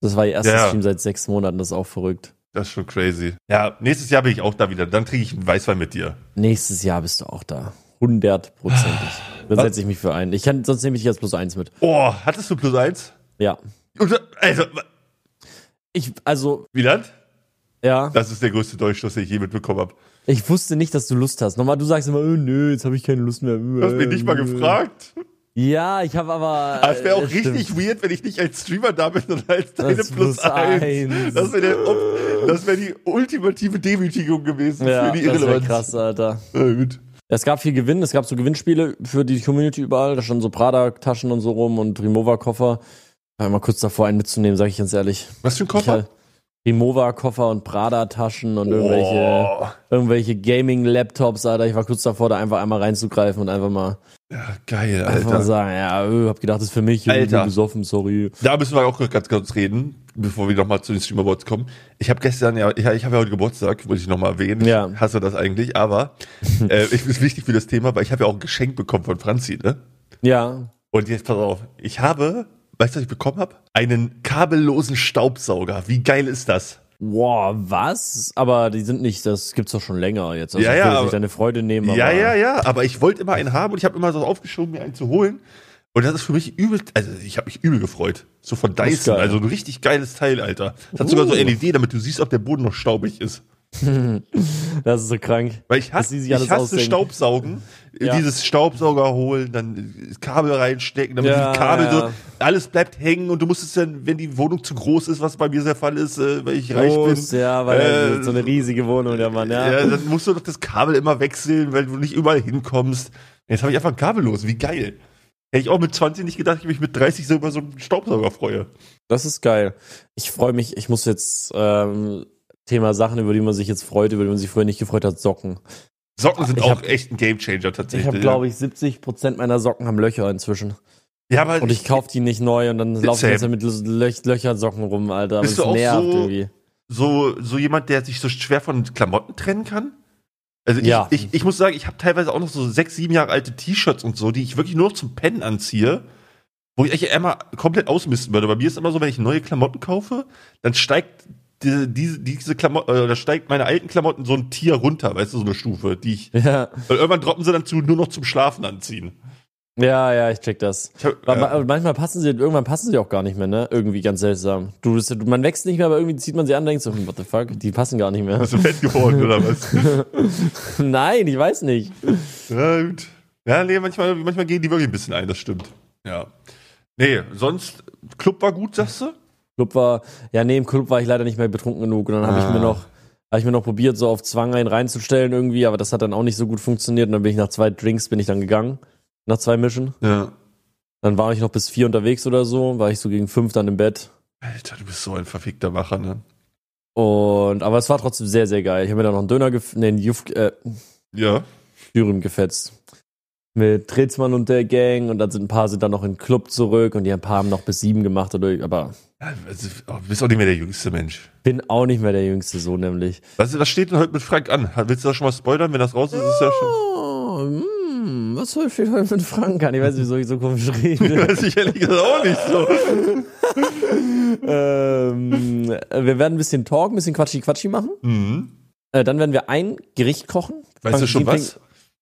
B: Das war ihr erstes
A: Ja.
B: Stream seit sechs Monaten, das ist auch verrückt.
A: Das ist schon crazy. Ja, nächstes Jahr bin ich auch da wieder. Dann trinke ich einen Weißwein mit dir.
B: Nächstes Jahr bist du auch da. Hundertprozentig.
A: [sighs]
B: Dann
A: Was?
B: setze ich mich für ein. Ich kann, sonst nehme ich jetzt plus eins mit.
A: Oh, hattest du plus eins?
B: Ja.
A: Und, also,
B: Ich, also,
A: Wieland?
B: ja.
A: Das ist der größte Durchstoß, den ich je mitbekommen habe.
B: Ich wusste nicht, dass du Lust hast. Nochmal, du sagst immer, äh, nö, jetzt habe ich keine Lust mehr. Äh,
A: Du hast mich nicht mal gefragt.
B: Ja, ich habe aber.
A: Aber es wäre auch
B: äh, stimmt.
A: richtig weird, wenn ich nicht als Streamer da bin, sondern als deine
B: Als
A: Plus
B: Plus
A: eins.
B: eins.
A: Das wäre der Op- das wär die ultimative Demütigung gewesen
B: Ja,
A: für die
B: das wär
A: Irrelevanz. Äh,
B: krass, Alter.
A: Ja, gut.
B: Es gab viel Gewinn, es gab so Gewinnspiele für die Community überall. Da standen so Prada-Taschen und so rum und Remover-Koffer. Ich war mal kurz davor, einen mitzunehmen, sag ich ganz ehrlich.
A: Was für ein
B: Ich
A: Koffer?
B: halt Remover-Koffer und Prada-Taschen und irgendwelche,
A: Oh,
B: irgendwelche Gaming-Laptops, Alter. Ich war kurz davor, da einfach einmal reinzugreifen und einfach mal,
A: geil,
B: einfach mal
A: Alter.
B: sagen, ja, öh, hab gedacht, das ist für mich, ich
A: Alter.
B: bin besoffen, sorry.
A: Da müssen wir auch ganz kurz reden, bevor wir nochmal zu den Streamer Awards kommen. Ich habe gestern ja, ja ich habe ja heute Geburtstag, wollte ich nochmal erwähnen.
B: Ja.
A: Ich hasse das eigentlich,
B: [laughs]
A: aber äh, ich- ist wichtig für das Thema, weil ich habe ja auch ein Geschenk bekommen von Franzi, ne?
B: Ja,
A: Und jetzt pass auf, ich habe, weißt du, was ich bekommen habe? Einen kabellosen Staubsauger. Wie geil ist das?
B: Wow, was? Aber die sind nicht, das gibt's doch schon länger jetzt. Also
A: Ja,
B: ich
A: ja,
B: will jetzt
A: aber-
B: nicht deine Freude nehmen, aber
A: Ja, ja, ja, aber ich wollte immer einen haben und ich habe immer so aufgeschoben, mir einen zu holen. Und das ist für mich übel, also ich habe mich übel gefreut. So von
B: ist
A: Dyson,
B: geil.
A: also ein richtig geiles Teil, Alter. Es hat sogar so
B: Uh.
A: LED, damit du siehst, ob der Boden noch staubig ist.
B: das ist so krank.
A: Weil ich
B: Dass die
A: hasse,
B: sich
A: ich
B: alles
A: hasse
B: ausdenken.
A: Staubsaugen.
B: Ja.
A: Dieses Staubsauger holen, dann Kabel reinstecken, damit
B: Ja,
A: die Kabel
B: ja.
A: so, alles bleibt hängen und du musst es dann, wenn die Wohnung zu groß ist, was bei mir der Fall ist, äh, weil ich reich
B: Groß,
A: bin.
B: ja, weil
A: äh,
B: so eine riesige Wohnung, der Mann, ja.
A: ja. dann musst du doch das Kabel immer wechseln, weil du nicht überall hinkommst. Jetzt habe ich einfach ein Kabel los, wie geil. Hätte ich auch mit 20 nicht gedacht, dass ich mich mit 30 so über so einen Staubsauger freue.
B: Das ist geil. Ich freue mich, ich muss jetzt ähm, Thema Sachen, über die man sich jetzt freut, über die man sich früher nicht gefreut hat, Socken.
A: Socken sind
B: Ich
A: auch
B: hab-
A: echt ein Gamechanger tatsächlich.
B: Ich habe, glaube ich, 70% meiner Socken haben Löcher inzwischen.
A: ja, aber
B: Und ich kaufe die nicht neu und dann laufe ich
A: Same.
B: jetzt mit Löch Löchersocken rum, Alter. Aber
A: Bist
B: es
A: du auch
B: nervt
A: so-
B: irgendwie. [laughs]
A: so, so jemand, der sich so schwer von Klamotten trennen kann. Also ich,
B: Ja.
A: ich, ich muss sagen, ich habe teilweise auch noch so sechs, sieben Jahre alte T-Shirts und so, die ich wirklich nur noch zum Pennen anziehe, wo ich echt einmal komplett ausmisten würde. Bei mir ist immer so, wenn ich neue Klamotten kaufe, dann steigt diese, diese, diese Klamotten, äh, da steigt meine alten Klamotten so ein Tier runter, weißt du, so eine Stufe, die ich.
B: Ja,
A: Weil irgendwann droppen sie dann zu nur noch zum Schlafen anziehen.
B: ja, ja, ich check das.
A: Ich hab,
B: Aber ma-
A: äh,
B: aber manchmal passen sie, irgendwann passen sie auch gar nicht mehr, ne? Irgendwie ganz seltsam. Du, bist- du man wächst nicht mehr, aber irgendwie zieht man sie an und denkt so, hm, what the fuck, die passen gar nicht
A: [laughs]
B: mehr. [laughs]
A: bist du fett geworden, oder was?
B: Nein, ich weiß nicht.
A: Ja, gut. Ja, nee, manchmal, manchmal gehen die wirklich ein bisschen ein, das stimmt. Ja. Nee, sonst, Club war gut, sagst du?
B: Club war, ja, nee, im Club war ich leider nicht mehr betrunken genug und dann habe ich
A: Ah.
B: mir noch, habe ich mir noch probiert, so auf Zwang einen reinzustellen irgendwie, aber das hat dann auch nicht so gut funktioniert und dann bin ich nach zwei Drinks bin ich dann gegangen. Nach zwei Mischen.
A: Ja.
B: Dann war ich noch bis vier unterwegs oder so, war ich so gegen fünf dann im Bett.
A: Alter, du bist so ein verfickter Macher, ne?
B: Und, aber es war trotzdem sehr, sehr geil. Ich habe mir dann noch einen Döner, gef nee, einen Juf äh,
A: Ja.
B: Dürüm gefetzt. Mit Dritzmann und der Gang und dann sind ein paar sind dann noch in den Club zurück und die ein paar haben noch bis sieben gemacht oder aber
A: Ja, Also, oh, du bist auch nicht mehr der jüngste Mensch.
B: bin auch nicht mehr der Jüngste so nämlich.
A: Was, was steht denn heute mit Frank an? Willst du das schon mal spoilern? Wenn das raus ist, ist ja schon.
B: Oh, mm, was soll ich heute mit Frank an? Ich weiß nicht, wieso ich so komisch
A: [laughs]
B: [laughs] rede.
A: Weiß ich ehrlich gesagt auch nicht so.
B: ähm, wir werden ein bisschen Talk, ein bisschen Quatschi-Quatschi machen.
A: Mhm.
B: Äh, dann werden wir ein Gericht kochen.
A: Weißt du schon
B: Liebling-
A: was?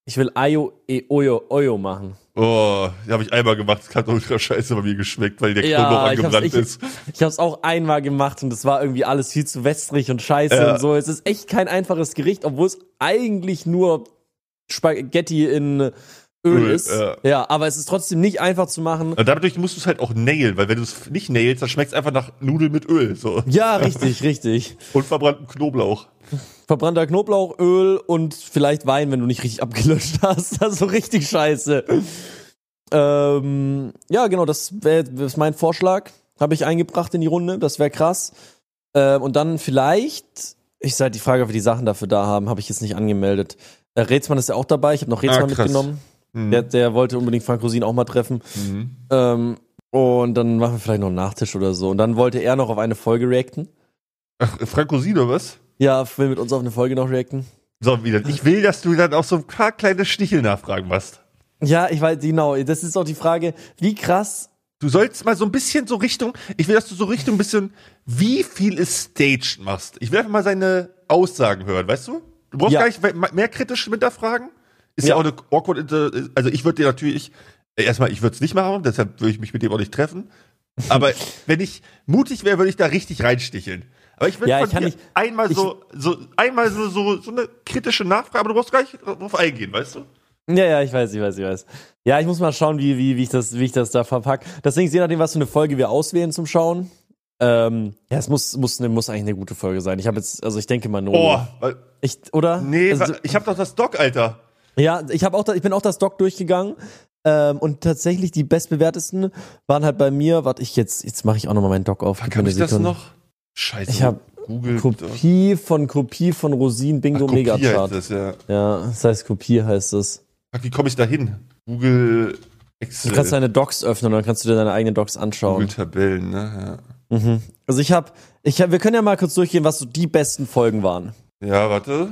B: Ich will Ayo e Oyo Oyo machen.
A: Oh, die habe ich einmal gemacht. Das hat ultra scheiße bei mir geschmeckt, weil der Knoblauch
B: Ja, ich hab's,
A: angebrannt
B: ich,
A: ist.
B: ich hab's auch einmal gemacht und es war irgendwie alles viel zu wässrig und scheiße
A: Ja.
B: und so. Es ist echt kein einfaches Gericht, obwohl es eigentlich nur Spaghetti in Öl,
A: Öl,
B: ist.
A: ja.
B: Ja. aber es ist trotzdem nicht einfach zu machen.
A: Und dadurch musst du es halt auch nailen, weil wenn du es nicht nailst, dann schmeckt es einfach nach Nudeln mit Öl. So.
B: Ja, richtig, richtig.
A: Und verbrannten Knoblauch.
B: Verbrannter Knoblauch, Öl und vielleicht Wein, wenn du nicht richtig abgelöscht [laughs] hast. Das ist so richtig scheiße. Ähm, ja, genau, das wäre ist mein Vorschlag. Habe ich eingebracht in die Runde. Das wäre krass. Ähm, und dann vielleicht, ich sage die Frage, ob wir die Sachen dafür da haben, habe ich jetzt nicht angemeldet. Äh, Rätsmann ist ja auch dabei. Ich habe noch Rätsmann
A: Ah, krass.
B: mitgenommen.
A: Mhm.
B: Der, der wollte unbedingt Frank Rosin auch mal treffen.
A: Mhm.
B: Ähm, und dann machen wir vielleicht noch einen Nachtisch oder so. Und dann wollte er noch auf eine Folge reacten.
A: Ach, Franco Sino, was?
B: Ja, will mit uns auf eine Folge noch reacten.
A: So, wieder. Ich will, dass du dann auch so ein paar kleine Stichelnachfragen machst.
B: Ja, ich weiß, genau. Das ist auch die Frage, wie krass.
A: Du sollst mal so ein bisschen so Richtung, ich will, dass du so Richtung ein bisschen, wie viel ist staged machst. Ich will einfach mal seine Aussagen hören, weißt du? Du brauchst
B: Ja.
A: gar nicht we- mehr kritisch hinterfragen. Ist ja,
B: Ja.
A: auch eine awkward, inter- also ich würde dir natürlich, äh, erstmal, ich würde es nicht machen, deshalb würde ich mich mit dem auch nicht treffen.
B: [laughs]
A: Aber wenn ich mutig wäre, würde ich da richtig reinsticheln. Aber ich würde
B: Ja,
A: von
B: ich kann
A: dir
B: nicht-
A: einmal
B: ich-
A: so, so, einmal so, so, so eine kritische Nachfrage, aber du brauchst gar nicht drauf eingehen, weißt du?
B: Ja, ja, ich weiß, ich weiß, ich weiß. Ja, ich muss mal schauen, wie, wie, wie, ich, das, wie ich das da verpack. Deswegen, je nachdem, was für eine Folge wir auswählen zum Schauen. Ähm, ja, es muss, muss, eine, muss eigentlich eine gute Folge sein. Ich habe jetzt, also ich denke mal Nono.
A: Boah, weil-
B: Ich, oder?
A: nee,
B: also,
A: wa- ich habe doch das Doc, Alter.
B: ja, ich habe auch, da, ich bin auch das Doc durchgegangen. Ähm, und tatsächlich die bestbewertesten waren halt bei mir. Warte, ich jetzt, jetzt mache ich auch nochmal meinen Doc auf. Gib mir
A: Kann
B: eine
A: ich das
B: Sekunde.
A: noch? Scheiße.
B: Ich hab
A: Google.
B: Kopie von Kopie von Rosin Bingo
A: Kopie
B: Mega Chart.
A: heißt das, ja.
B: Ja, das heißt Kopie heißt es.
A: Fuck, wie komme ich da hin? Google
B: Du kannst
A: Excel.
B: deine Docs öffnen und dann kannst du dir deine eigenen Docs
A: Google
B: anschauen.
A: Tabellen, ne?
B: Mhm. Also ich habe, ich hab, wir können ja mal kurz durchgehen, was so die besten Folgen waren.
A: Ja, ja warte.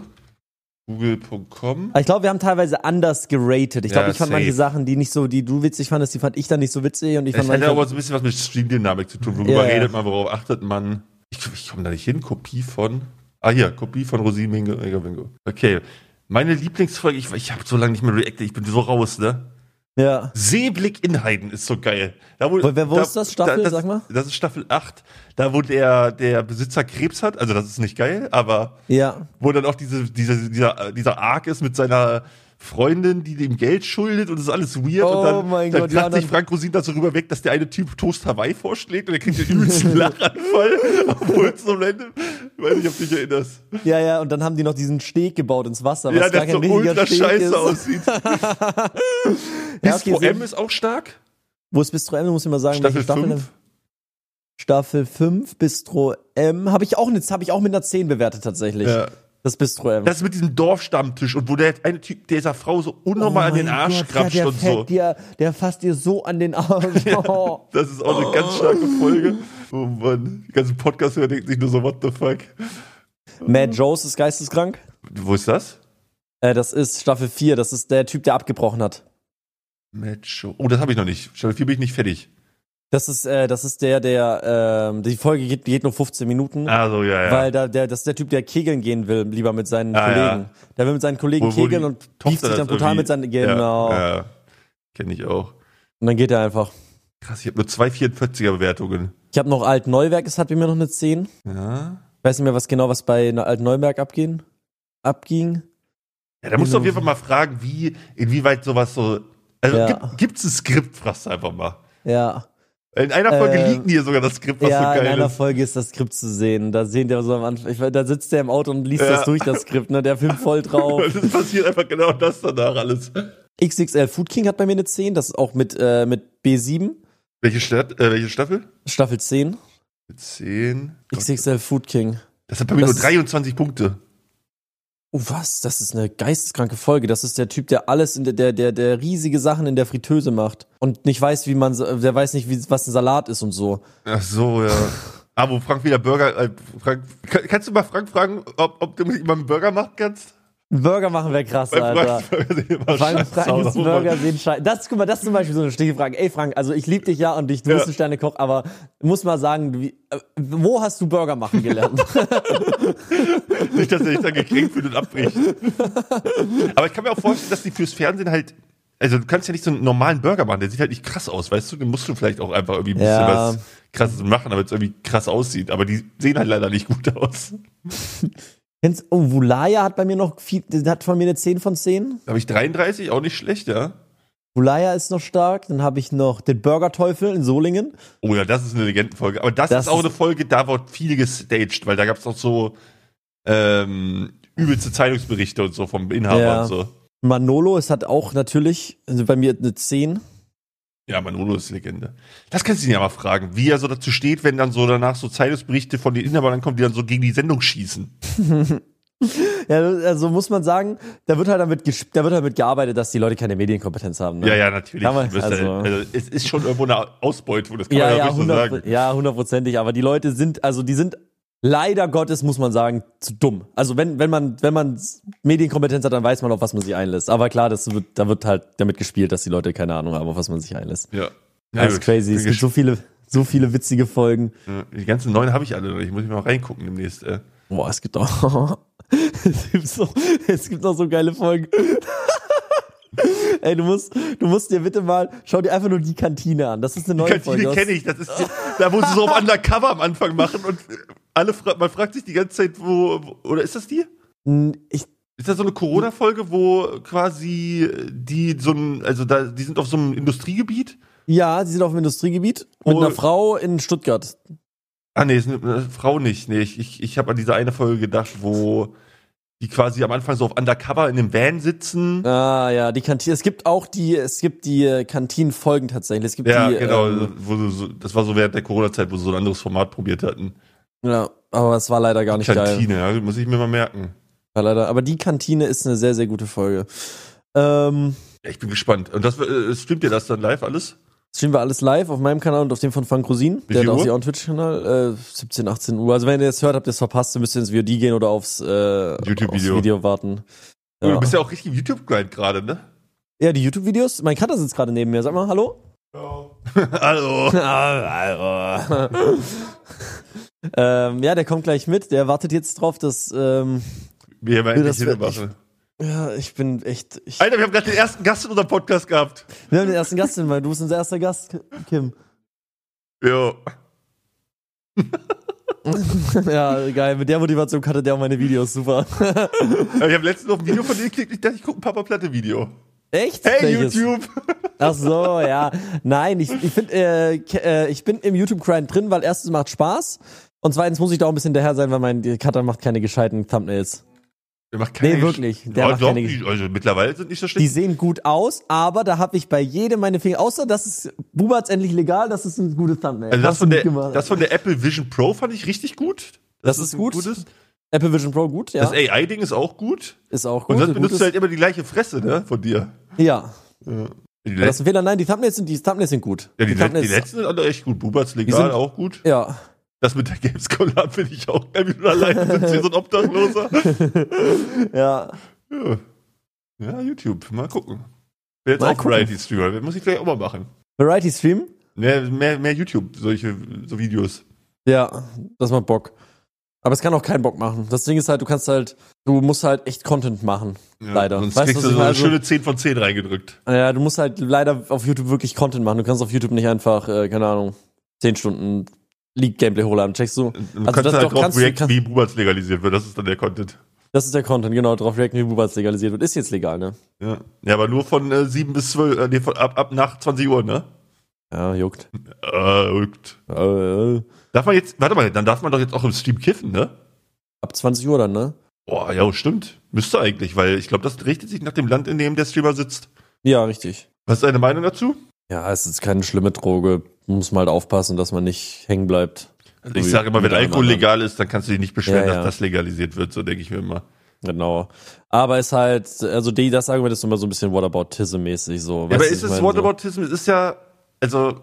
A: Google.com.
B: Aber Ich glaube, wir haben teilweise anders geratet. Ich
A: Ja,
B: glaube, ich fand
A: safe.
B: manche Sachen, die nicht so, die du witzig fandest, die fand ich dann nicht so witzig und ich
A: Das
B: fand
A: hat ja
B: manche.
A: aber so ein bisschen was mit Streamdynamik zu tun. Worüber
B: Ja, ja.
A: redet man, worauf achtet man? Ich, ich komme da nicht hin. Kopie von. Ah, hier, Kopie von Rosin Bingo. Bingo. Okay. Meine Lieblingsfolge, ich, ich habe so lange nicht mehr reacted, ich bin so raus, ne?
B: Ja.
A: Seeblick in Heiden ist so geil. Da,
B: Wo- wer- wo ist das? Staffel,
A: das,
B: sag mal?
A: Das ist Staffel 8, da wo der, der Besitzer Krebs hat, also das ist nicht geil, aber
B: Ja.
A: wo dann auch diese, diese, dieser, dieser Arc ist mit seiner Freundin, die ihm Geld schuldet und das ist alles weird
B: Oh
A: und dann,
B: mein
A: dann
B: Gott,
A: lacht
B: ja,
A: sich
B: dann-
A: Frank Rosin da so rüber weg, dass der eine Typ Toast Hawaii vorschlägt und er kriegt den
B: [laughs]
A: übelsten Lachanfall, obwohl es am Ende, weiß nicht, ob du dich erinnerst.
B: Ja, ja, und dann haben die noch diesen Steg gebaut ins Wasser, was
A: ja,
B: gar
A: der
B: kein
A: so
B: richtiger
A: ultra
B: Steg
A: scheiße
B: ist.
A: aussieht.
B: [laughs] Ja,
A: Bis
B: okay,
A: VM
B: sehr-
A: ist auch stark.
B: Wo ist Bistro M? Du musst mir mal sagen,
A: Staffel
B: welche Staffel.
A: 5.
B: Staffel 5, Bistro M. Habe ich auch eine, habe ich auch mit einer 10 bewertet tatsächlich.
A: Ja.
B: Das Bistro M.
A: Das mit diesem Dorfstammtisch und wo der eine Typ dieser Frau so unnormal an den Arsch krapscht
B: Oh ja, der
A: und so.
B: fällt Dir, der fasst dir so an
A: [laughs]
B: den Arsch. Oh.
A: Das ist auch eine ganz starke Folge. Oh Mann, die ganzen Podcast-Hörer denken sich nur so, what the fuck.
B: Matt Jones ist geisteskrank.
A: Wo ist das?
B: Äh, das ist Staffel 4, das ist der Typ, der abgebrochen hat.
A: Macho. Oh, das habe ich noch nicht. Staffel 4 bin ich nicht fertig.
B: Das ist, äh, das ist der, der, ähm, die Folge geht, geht nur 15 Minuten.
A: Also, ja, ja.
B: Weil da, der, das ist der Typ, der kegeln gehen will, lieber mit seinen
A: Ah, ja.
B: Kollegen. Der will mit seinen Kollegen
A: Wo- wo
B: kegeln
A: die
B: und
A: Tochter
B: pieft sich
A: das
B: dann brutal
A: irgendwie-
B: mit seinen. Genau.
A: Ja, ja. Kenne ich auch.
B: Und dann geht er einfach.
A: Krass, ich habe nur zwei 44er-Bewertungen.
B: Ich habe noch Alt-Neuwerk, es hat bei mir noch eine 10.
A: Ja.
B: Ich weiß nicht mehr, was genau was bei einer Alt-Neuwerk abgehen, abging.
A: Ja, da musst du auf jeden Fall mal fragen, wie, inwieweit sowas so. Also,
B: Ja.
A: gibt, gibt's ein Skript? Fragst du einfach mal.
B: Ja.
A: In einer Folge
B: Ähm,
A: liegt dir sogar das Skript, was
B: ja,
A: so
B: in
A: geil
B: einer
A: ist.
B: Folge ist das Skript zu sehen. Da sehen wir so am Anfang, ich, weiß, da sitzt der im Auto und liest
A: Ja.
B: das durch, das Skript, ne? Der Film voll drauf.
A: [laughs] Und es passiert einfach genau das danach alles.
B: XXL Food King hat bei mir eine 10, das ist auch mit, äh, mit B7,
A: Welche, Stadt, äh, welche Staffel?
B: Staffel 10.
A: 10.
B: XXL Food King.
A: Das hat bei mir
B: Das
A: nur
B: ist-
A: 23 Punkte.
B: Oh, was? Das ist eine geisteskranke Folge. Das ist der Typ, der alles in der, der, der, der riesige Sachen in der Fritteuse macht. Und nicht weiß, wie man, sa- der weiß nicht, wie, was ein Salat ist und so.
A: Ach so,
B: [laughs]
A: ja. Ah, wo Frank wieder Burger. Äh, Frank, kann, kannst du mal Frank fragen, ob, ob du mit ihm mal einen Burger machen kannst?
B: Einen Burger machen wäre krass, Alter.
A: [laughs] Franks Burger sehen immer
B: Frank,
A: scheiße
B: Frank
A: aus.
B: ist Burger sehen scheiße. Das, guck mal, das ist zum Beispiel so eine Stichfrage. Ey, Frank, also ich liebe dich ja und ich, du bist
A: Ja.
B: ein Sternekoch, aber muss mal sagen, wie, äh, wo hast du Burger machen gelernt? [laughs]
A: Nicht, dass er sich dann gekränkt fühlt und abbricht. Aber ich kann mir auch vorstellen, dass die fürs Fernsehen halt. Also, du kannst ja nicht so einen normalen Burger machen. Der sieht halt nicht krass aus, weißt du? Den musst du vielleicht auch einfach irgendwie ein bisschen
B: Ja.
A: was Krasses machen, damit es irgendwie krass aussieht. Aber die sehen halt leider nicht gut aus.
B: Kennst, oh, Wulaya hat bei mir noch viel, der hat von mir eine 10 von 10.
A: Da habe ich 33, auch nicht schlecht, ja?
B: Wulaya ist noch stark. Dann habe ich noch den Burger-Teufel in Solingen.
A: Oh ja, das ist eine Legendenfolge. Aber das,
B: Das
A: ist auch
B: ist-
A: eine Folge, da wird viel gestaged, weil da gab es auch so ähm, übelste Zeitungsberichte und so vom Inhaber
B: Ja.
A: und so.
B: Manolo, es hat auch natürlich also bei mir eine 10.
A: Ja, Manolo ist Legende. Das kannst du ihn ja mal fragen, wie er so dazu steht, wenn dann so danach so Zeitungsberichte von den Inhabern kommen, die dann so gegen die Sendung schießen.
B: Ja, also muss man sagen, da wird halt damit, gesp- da wird halt damit gearbeitet, dass die Leute keine Medienkompetenz haben. Ne?
A: Ja, ja, natürlich.
B: Kann man-
A: Du wirst
B: also-
A: halt- also, es ist schon irgendwo eine Ausbeutung, das kann
B: Ja,
A: man ja
B: ja,
A: ruhig so
B: 100
A: sagen.
B: ja, hundertprozentig. Aber die Leute sind, also die sind leider Gottes, muss man sagen, zu dumm. Also wenn, wenn man, wenn man Medienkompetenz hat, dann weiß man, auf was man sich einlässt. Aber klar, das wird, da wird halt damit gespielt, dass die Leute keine Ahnung haben, auf was man sich einlässt.
A: Ja.
B: Das ist
A: gut.
B: crazy.
A: Bin
B: Es gibt so viele, so viele witzige Folgen.
A: gespannt. die ganzen neuen habe ich alle noch. Ich muss mal reingucken demnächst. Äh.
B: Boah, es gibt auch. [laughs] es, gibt so, es gibt auch so geile Folgen. [laughs] Ey, du musst, du musst dir bitte mal, schau dir einfach nur die Kantine an. Das ist eine neue
A: Kantine
B: Folge.
A: kenne ich. Das ist die, da, wo sie so
B: [laughs]
A: auf Undercover am Anfang machen und alle fra man fragt sich die ganze Zeit, wo, wo oder ist das die?
B: N- ich.
A: Ist das so eine Corona-Folge, wo quasi die so ein, also da, die sind auf so einem Industriegebiet?
B: Ja, sie sind auf dem Industriegebiet mit
A: Oh.
B: einer Frau in Stuttgart.
A: Ah, nee, ist eine, eine Frau nicht. Nee, ich, ich, ich habe an diese eine Folge gedacht, wo die quasi am Anfang so auf Undercover in einem Van sitzen.
B: Ah ja, die Kantine. Es gibt auch die, es gibt die äh, Kantinenfolgen tatsächlich. Es gibt
A: Ja,
B: die,
A: genau.
B: Ähm,
A: wo sie so, das war so während der Corona-Zeit, wo sie so ein anderes Format probiert hatten.
B: ja, aber es war leider gar nicht geil.
A: Kantine, ja, muss ich mir mal merken.
B: War leider. Aber die Kantine ist eine sehr, sehr gute Folge. Ähm,
A: Ja, Ich bin gespannt. Und das äh, streamt ihr das dann live alles?
B: streamen wir alles live auf meinem Kanal und auf dem von Frank Rosin.
A: Wie
B: Der hat
A: viel
B: auch
A: Uhr?
B: sich auch einen Twitch-Kanal. Äh, 17, 18 Uhr. Also wenn ihr das hört, habt ihr es verpasst, dann müsst ihr ins VOD gehen oder aufs, äh,
A: YouTube-Video.
B: aufs Video warten.
A: Oh, Du
B: Ja,
A: bist ja auch richtig im YouTube-Grind gerade, ne?
B: ja die YouTube-Videos. Mein Cutter sitzt gerade neben mir. Sag mal, hallo.
A: [laughs]
B: [laughs]
A: Hallo.
B: [laughs] ähm, ja, der kommt gleich mit. Der wartet jetzt drauf, dass ähm,
A: Wir haben
B: das
A: endlich
B: wird-
A: Hintermachen.
B: Ja, ich bin echt. Ich,
A: Alter, wir haben gerade den ersten Gast in unserem Podcast gehabt.
B: wir haben den ersten Gast hin, weil du bist unser erster Gast, Kim. [laughs]
A: Jo.
B: ja, geil. Mit der Motivation kannte der auch meine Videos. Super.
A: Aber ich habe letztens noch ein Video von dir geklickt. Ich dachte, ich gucke ein Papa Platte Video.
B: Echt?
A: Hey
B: Welches?
A: YouTube.
B: Ach so, ja. Nein, ich, ich finde, äh, ke- äh, ich bin im YouTube-Grind drin, weil erstens macht Spaß und zweitens muss ich da auch ein bisschen daher sein, weil mein Cutter macht keine gescheiten Thumbnails.
A: Der macht
B: Nee, wirklich. [laughs] Der
A: ja,
B: macht
A: doch,
B: keine-
A: die- also mittlerweile sind nicht so
B: Die
A: schlecht.
B: sehen gut aus, aber da habe ich bei jedem meine Finger, außer das ist Bubert's endlich legal, das ist ein gutes Thumbnail.
A: Also das
B: Hast du
A: von, der,
B: gut gemacht.
A: das von der Apple Vision Pro fand ich richtig gut.
B: Das
A: ist
B: ist
A: ein
B: gut.
A: gutes.
B: Apple Vision Pro gut, ja.
A: Das AI-Ding ist auch gut.
B: ist auch gut.
A: Und sonst
B: ein
A: benutzt
B: gutes-
A: du halt immer die gleiche Fresse, ne? Von dir.
B: ja.
A: Ja. Die,
B: War das
A: letzten,
B: ein Fehler? Nein, die Thumbnails sind, die Thumbnails sind gut.
A: ja, die, le- die
B: Thumbnails,
A: letzten sind alle echt gut. Bubats legal
B: sind-
A: auch gut.
B: ja.
A: Das mit der Gamescom finde ich auch geil, wie du da alleine sitzt wie so ein
B: [laughs]
A: Obdachloser.
B: ja.
A: Ja. ja, YouTube, mal gucken. Ich bin jetzt
B: Mal
A: auch
B: gucken.
A: Variety-Streamer, das muss ich vielleicht auch mal machen.
B: [laughs] Variety Stream?
A: Mehr, mehr, mehr YouTube, solche so Videos.
B: Ja, das macht Bock. Aber es kann auch keinen Bock machen. Das Ding ist halt, du kannst halt, du musst halt echt Content machen.
A: Ja,
B: Leider.
A: Sonst
B: Weißt du,
A: kriegst
B: was
A: du
B: ich
A: so eine
B: meine?
A: schöne 10 von 10 reingedrückt.
B: Ja, du musst halt leider auf YouTube wirklich Content machen. Du kannst auf YouTube nicht einfach, äh, keine Ahnung, 10 Stunden League-Gameplay hochladen. Checkst du?
A: Und Du
B: Also
A: kannst
B: das-
A: halt
B: doch,
A: drauf
B: kannst du-
A: reacten,
B: kannst-
A: wie Bubats legalisiert wird, das ist dann der Content.
B: Das ist der Content, genau. Drauf reacten, wie Bubats legalisiert wird. Ist jetzt legal, ne?
A: Ja, ja aber nur von äh, 7 bis 12, äh, nee, von, ab, ab nach 20 Uhr, ne?
B: Ja, juckt.
A: Äh, rückt.
B: Äh,
A: darf man jetzt, warte mal, dann darf man doch jetzt auch im Stream kiffen, ne?
B: ab 20 Uhr dann, ne?
A: Boah, ja, stimmt. Müsste eigentlich, weil ich glaube, das richtet sich nach dem Land, in dem der Streamer sitzt.
B: Ja, richtig.
A: Was ist deine Meinung dazu?
B: Ja, es ist keine schlimme Droge. Muss man halt aufpassen, dass man nicht hängen bleibt.
A: Also ich
B: So wie
A: sage immer, wenn
B: mit allem
A: Alkohol
B: anderen.
A: legal ist, dann kannst du dich nicht beschweren,
B: Ja, ja.
A: dass das legalisiert wird, so denke ich mir immer.
B: Genau. Aber ist halt, also die, das Argument ist immer so ein bisschen Whataboutism-mäßig so.
A: Ja,
B: Weißt
A: aber
B: du,
A: ist
B: ich
A: es
B: mein, so.
A: Whataboutism? Es ist ja, also,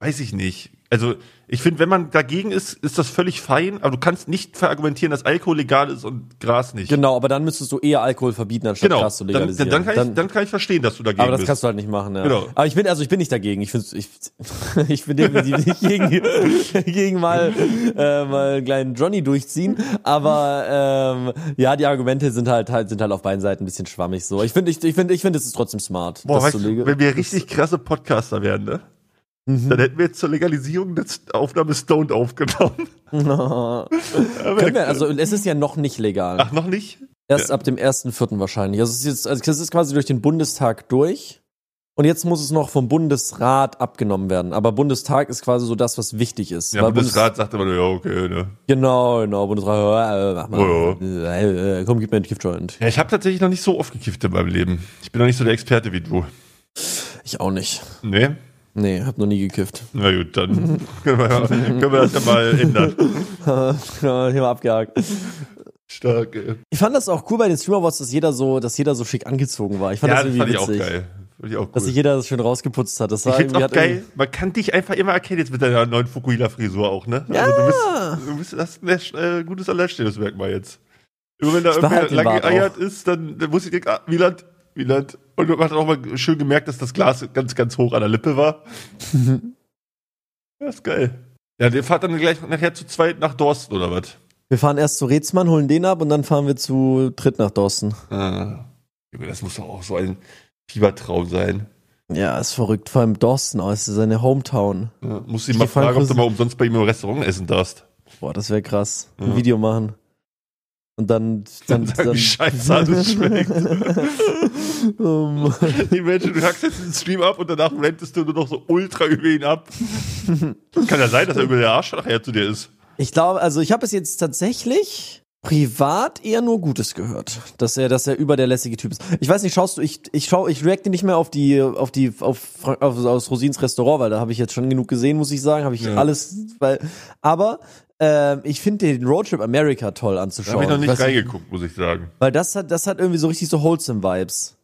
A: weiß ich nicht. Also, ich finde, wenn man dagegen ist, ist das völlig fein, aber du kannst nicht verargumentieren, dass Alkohol legal ist und Gras nicht.
B: Genau, aber dann müsstest du eher Alkohol verbieten, anstatt
A: Genau.
B: Gras zu
A: Dann, dann,
B: legalisieren.
A: dann, kann ich, dann kann ich verstehen, dass du dagegen
B: aber das
A: bist.
B: kannst du halt nicht machen, ja.
A: Genau.
B: Aber ich bin, also ich bin nicht dagegen. Ich, find's, ich, [laughs] ich bin definitiv nicht gegen, [laughs] gegen mal, äh, mal einen kleinen Johnny durchziehen. Aber ähm, ja, die Argumente sind halt, halt, sind halt auf beiden Seiten ein bisschen schwammig so. Ich finde, ich, ich finde, ich finde, es ist trotzdem smart.
A: Boah,
B: das
A: weißt
B: zu
A: du,
B: legal-
A: wenn wir richtig krasse Podcaster wären, ne? Dann hätten wir jetzt zur Legalisierung der Aufnahme Stoned aufgenommen. [laughs]
B: Können wir, also es ist ja noch nicht legal.
A: Ach, noch nicht?
B: Erst ab dem 1.4. wahrscheinlich. Also es, ist jetzt, also es ist quasi durch den Bundestag durch. Und jetzt muss es noch vom Bundesrat abgenommen werden. Aber Bundestag ist quasi so das, was wichtig ist.
A: Ja,
B: Weil
A: Bundesrat sagt immer, nur, ja, okay, ne.
B: Bundes genau, genau. Bundesrat, äh, mach mal.
A: Oh,
B: Äh, äh, komm, gib mir einen Giftjoint.
A: Ja, ich habe tatsächlich noch nicht so oft gekifft in meinem Leben. Ich bin noch nicht so der Experte wie du.
B: Ich auch nicht.
A: Nee?
B: Nee, hab noch nie gekifft. [laughs]
A: Na gut, [laughs] dann können wir, können wir das ja mal ändern.
B: Genau, Thema abgehakt.
A: Stark, ey.
B: Ich fand das auch cool bei den Stream Awards, dass jeder so, dass jeder so schick angezogen war. Ich fand
A: Ja,
B: das
A: das fand
B: irgendwie
A: ich auch
B: witzig.
A: geil. Fand ich auch
B: Dass sich
A: cool.
B: jeder das schön rausgeputzt hat. Das war
A: Ich find's
B: irgendwie
A: auch
B: hat
A: geil. Man kann dich einfach immer erkennen jetzt mit deiner neuen Fukuhila-Frisur auch, ne? Ja. Also du bist, du bist hast ein echt, äh, gutes Alleinstellungsmerkmal jetzt. Immer wenn da
B: behalte
A: irgendwer
B: den
A: lang
B: Bart
A: geeiert ist, dann, dann muss ich denken, ah, Wieland, Wieland. Und man hat auch mal schön gemerkt, dass das Glas ganz, ganz hoch an der Lippe war.
B: irgendwie-
A: Ja, ist geil. Ja, der fahrt dann gleich nachher zu zweit nach Dorsten oder was?
B: Wir fahren erst zu Rezmann, holen den ab und dann fahren wir zu Tritt nach Dorsten.
A: Ah. Junge, das muss doch auch so ein Fiebertraum sein.
B: Ja, ist verrückt. Vor allem Dorsten, oh, ist seine Hometown.
A: Ja, musst du
B: Ich
A: ihn mal
B: gefallen
A: fragen, ob du
B: Chris-
A: mal umsonst bei ihm im Restaurant essen darfst.
B: Boah, das wäre krass.
A: Ja.
B: Ein Video machen. Und dann.
A: Dann [laughs]
B: dann,
A: sagen, wie scheiße
B: [laughs]
A: alles schmeckt.
B: Ähm,
A: Imagine, du hackst jetzt den Stream ab und danach rentest du nur noch so ultra über ihn ab. Kann ja sein, dass er über der Arsch nachher zu dir ist.
B: ich glaube, also ich habe es jetzt tatsächlich privat eher nur Gutes gehört. Dass er, dass er über der lässige Typ ist. Ich weiß nicht, schaust du, ich, ich schau, ich reacte nicht mehr auf die, auf die, auf, Frank, auf aus Rosins Restaurant, weil da habe ich jetzt schon genug gesehen, muss ich sagen. Habe ich
A: Ja.
B: alles, weil. Aber. ähm, ich finde den Roadtrip America toll
A: Da
B: anzuschauen.
A: habe ich noch nicht
B: Weiß
A: reingeguckt, muss ich sagen.
B: Weil das hat, das hat irgendwie so richtig so wholesome Vibes.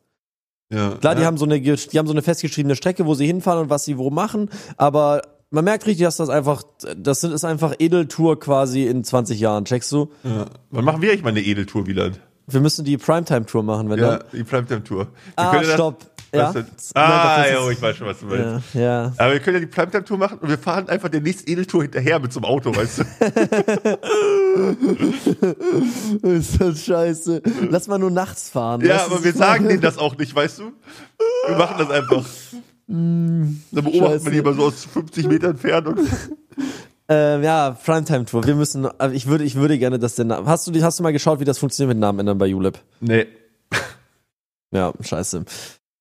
A: Ja.
B: Klar, die haben so eine, ge- die haben so eine festgeschriebene Strecke, wo sie hinfahren und was sie wo machen, aber man merkt richtig, dass das einfach, das sind- ist einfach Edeltour quasi in 20 Jahren, checkst du?
A: Ja. Wann machen wir eigentlich mal eine Edeltour, Wieland?
B: Wir müssen die Primetime-Tour machen, wenn
A: Ja,
B: dann.
A: die Primetime-Tour. Wir
B: Ah,
A: können das-
B: stopp. Ja.
A: Was denn?
B: Nein,
A: Ah,
B: das ist-
A: jo, ich weiß schon, was du meinst.
B: ja, ja.
A: Aber
B: [laughs]
A: wir können ja die Primetime-Tour machen und wir fahren einfach der nächsten Edeltour hinterher mit so einem Auto, weißt du?
B: ist das scheiße. Lass mal nur nachts fahren.
A: Ja,
B: Lass
A: aber
B: uns
A: wir
B: mal-
A: sagen denen das auch nicht, weißt du? Wir machen das einfach. Dann beobachten
B: Hm, scheiße.
A: wir die mal so aus 50 Metern Entfernung.
B: Ähm, ja, Primetime Tour. Wir müssen. aber Ich würde, ich würde gerne, dass der Name. Hast du, dich- hast du mal geschaut, wie das funktioniert mit Namen ändern bei Julep?
A: Nee.
B: Ja, scheiße.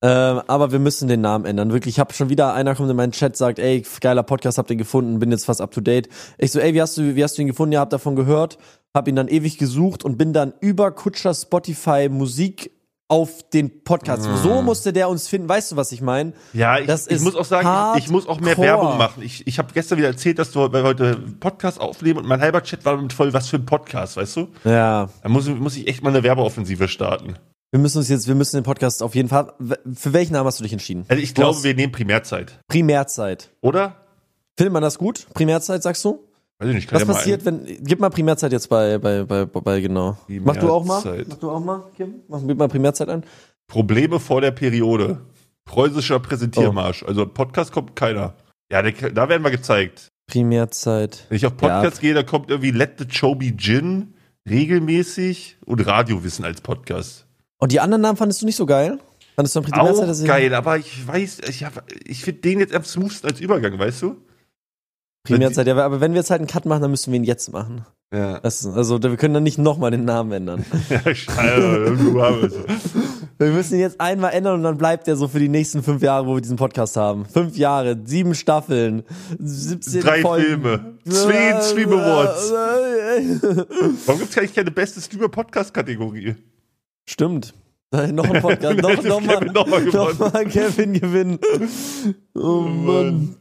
B: Ähm, aber wir müssen den Namen ändern. Wirklich, ich habe schon wieder einer kommt in meinen Chat, sagt, ey, geiler Podcast, habt ihr gefunden, bin jetzt fast up to date. Ich so, ey, wie hast du, wie hast du ihn gefunden? Ja, hab davon gehört, hab ihn dann ewig gesucht und bin dann über Kutscher Spotify Musik auf den Podcast. So musste der uns finden. Weißt du, was ich meine?
A: Ah. Ja, ich,
B: Das
A: ich
B: ist
A: muss auch sagen, ich, ich muss auch mehr
B: hardcore.
A: Werbung machen. Ich, ich habe gestern wieder erzählt, dass wir heute einen Podcast aufnehmen und mein halber Chat war mit voll, was für ein Podcast, weißt du?
B: Ja.
A: Da muss, muss ich echt mal eine Werbeoffensive starten.
B: Wir müssen uns jetzt, wir müssen den Podcast auf jeden Fall. Für welchen Namen hast du dich entschieden?
A: Also ich
B: Du
A: glaube,
B: hast
A: wir nehmen Primärzeit,
B: Primärzeit.
A: oder?
B: Findet man das gut? Primärzeit, sagst du?
A: Weiß ich nicht, kann
B: Was
A: ja mal
B: passiert, wenn. Gib mal Primärzeit jetzt bei, bei, bei, bei genau. Mach du auch mal?
A: Primärzeit.
B: Mach du auch mal, Kim? Mach gib mal Primärzeit ein.
A: Probleme vor der Periode. Preußischer Präsentiermarsch.
B: Oh.
A: Also im Podcast kommt keiner. Ja, der, da werden wir gezeigt.
B: Primärzeit.
A: Wenn ich auf Podcast gehe, da kommt irgendwie Let the Show Be Gin regelmäßig und Radiowissen als Podcast.
B: Und die anderen Namen fandest du nicht so geil? Fandest du am
A: Auch
B: Primärzeit dass ich-
A: geil, aber ich weiß, ich, hab- ich finde den jetzt am smoothsten als Übergang, weißt du?
B: Primärzeit, ja, aber wenn wir jetzt halt einen Cut machen, dann müssen wir ihn jetzt machen.
A: Ja.
B: Das ist, also wir können dann nicht nochmal den Namen ändern.
A: [laughs] ja scheiße, du
B: [laughs]
A: Arme.
B: wir müssen ihn jetzt einmal ändern und dann bleibt er so für die nächsten fünf Jahre, wo wir diesen Podcast haben. Fünf Jahre, sieben Staffeln, 17
A: Drei
B: Folgen.
A: Filme. Zwei Stream Awards.
B: [laughs] Awards.
A: Warum gibt es eigentlich keine beste Streamer-Podcast-Kategorie?
B: Stimmt. Nein, Noch
A: [laughs]
B: ein Podcast. Noch,
A: Hätte
B: noch mal,
A: Kevin noch mal gewonnen.
B: noch mal Kevin gewinnen. Oh Mann.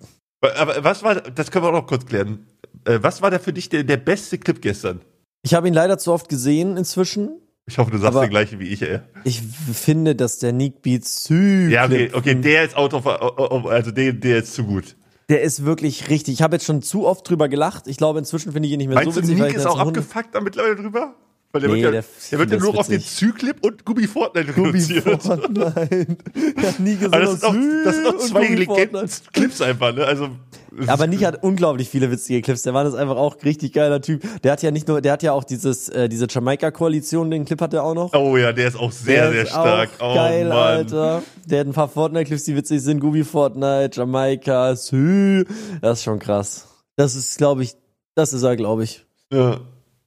A: Aber was war, das können wir auch noch kurz klären. Äh, Was war da für dich der, der beste Clip gestern?
B: Ich habe ihn leider zu oft gesehen inzwischen.
A: Ich hoffe, du sagst
B: Aber-
A: den gleichen wie ich, ey.
B: Ich finde, dass der Nick Beats Hü
A: Ja, okay, okay, der ist out of, also der, der ist zu gut.
B: der ist wirklich richtig. Ich habe jetzt schon zu oft drüber gelacht. Ich glaube, inzwischen finde ich ihn nicht mehr
A: Meinst
B: so
A: du,
B: witzig. weil
A: Nick ist
B: ich ihn
A: auch
B: als Hund-
A: abgefuckt da mittlerweile drüber? Weil der
B: Nee,
A: wird ja,
B: der
A: der wird ja
B: findet
A: nur
B: das
A: auf den
B: witzig.
A: Zyklip und Gummi Fortnite reduziert.
B: Gummi
A: [laughs]
B: Fortnite. Ich hab nie gesagt,
A: Aber das sind auch, das sind auch
B: und
A: zwei
B: Gummi
A: Legenden
B: Fortnite.
A: Clips einfach, ne? Also, es
B: Aber
A: ist-
B: Nick hat unglaublich viele witzige Clips. Der Mann ist einfach auch ein richtig geiler Typ. Der hat ja nicht nur, der hat ja auch dieses, äh, diese Jamaika-Koalition, den Clip hat er auch noch.
A: Oh ja, der ist auch sehr,
B: Der
A: sehr
B: ist
A: stark.
B: Auch
A: oh
B: geil,
A: Mann.
B: Alter. Der hat ein paar Fortnite-Clips, die witzig sind. Gooby Fortnite, Jamaika, Sü. Das ist schon krass. Das ist, glaube ich, das ist er, glaube ich.
A: Ja.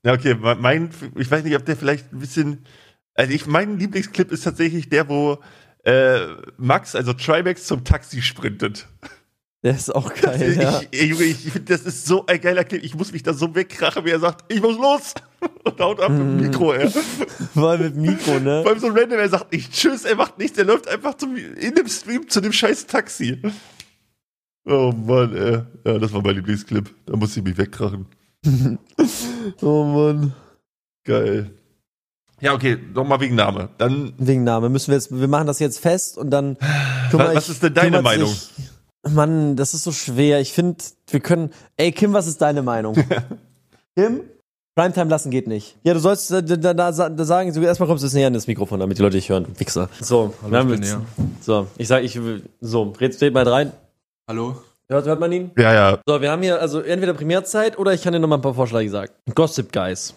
A: ja, okay, mein, ich weiß nicht, ob der vielleicht ein bisschen. Also ich, mein Lieblingsclip ist tatsächlich der, wo äh, Max, also Trimax, zum Taxi sprintet.
B: Der ist auch geil, [laughs]
A: [laughs]
B: ja.
A: Ich, ey, Junge, ich finde, das ist so ein geiler Clip. Ich muss mich da so wegkrachen, wie er sagt, ich muss los! [laughs] Und haut ab mit
B: Mhm.
A: dem Mikro, ey.
B: Voll mit Mikro,
A: [laughs]
B: ne?
A: Vor allem so ein Random, er sagt nicht Tschüss, er macht nichts, er läuft einfach zum, in dem Stream zu dem scheiß Taxi. Oh Mann, ey. Ja, das war mein Lieblingsclip. Da muss ich mich wegkrachen.
B: Oh Mann.
A: Geil. Ja, okay, nochmal wegen Name. Dann
B: Wegen Name müssen wir jetzt, wir machen das jetzt fest
A: [sighs]
B: und dann. Guck
A: Was- was ist denn deine
B: kümmert
A: Meinung?
B: Sich, Mann, das ist so schwer. Ich finde, wir können. Ey, Kim, was ist
A: [laughs]
B: deine Meinung? Kim? Primetime lassen geht nicht. Ja, du sollst da, da, da, da sagen, du erstmal kommst du jetzt näher an das Mikrofon, damit die Leute dich hören. Wichser. So,
C: Hallo,
B: wir haben
C: ich bin
B: jetzt-
C: näher.
B: So, ich sag, ich will- so, red, red mal rein.
C: Hallo?
B: Hört, hört man ihn?
A: Ja, ja.
B: So, wir haben hier also entweder Primärzeit oder ich kann dir nochmal ein paar Vorschläge sagen. Gossip Guys.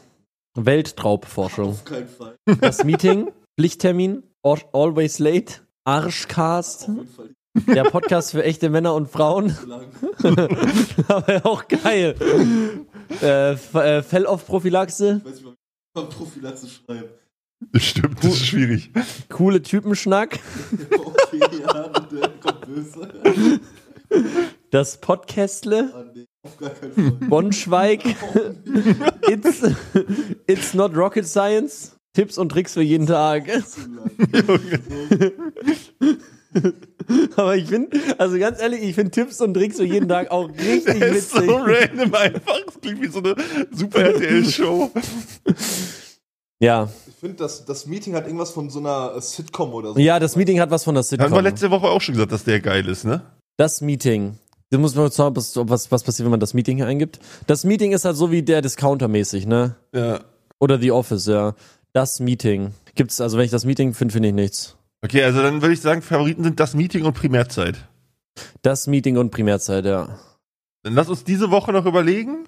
B: Weltraubforschung. Auf keinen Fall. Das Meeting, Pflichttermin, Al- Always Late, Arschcast. Der Podcast für echte Männer und Frauen. [laughs] Aber auch geil. äh, F- äh, Fell-Off-Prophylaxe.
D: weiß nicht, mal, wie man Prophylaxe schreibt.
A: Stimmt, das ist
D: [laughs]
A: schwierig.
B: Coole Typenschnack.
D: Okay, ja, der kommt böse.
B: Das Podcastle.
D: Ah, nee, auf gar keinen Fall. Oh,
B: Bonschweig.
D: [laughs]
B: it's, it's not rocket science. Tipps und Tricks für jeden Tag. Aber ich finde, also ganz ehrlich, ich finde Tipps und Tricks für jeden Tag auch
D: [laughs]
B: richtig
A: Der ist so
B: witzig.
A: random einfach. Es klingt wie so eine super RTL-Show.
B: Ja,
D: Ich finde, das, das Meeting hat irgendwas von so einer äh, Sitcom oder so.
B: ja, Also. das Meeting hat was von der
A: Haben wir
B: Sitcom.
A: letzte Woche auch schon gesagt, dass der geil ist, ne?
B: Das Meeting. Da muss man schauen, was, ob was, was passiert, wenn man das Meeting hier eingibt. Das Meeting ist halt so wie der Discounter mäßig, ne?
A: Ja.
B: Oder The Office, ja. Das Meeting. Gibt's, also wenn ich das Meeting finde, finde ich nichts.
A: Okay, also dann würde ich sagen, Favoriten sind das Meeting und Primärzeit.
B: Das Meeting und Primärzeit, ja.
A: Dann lass uns diese Woche noch überlegen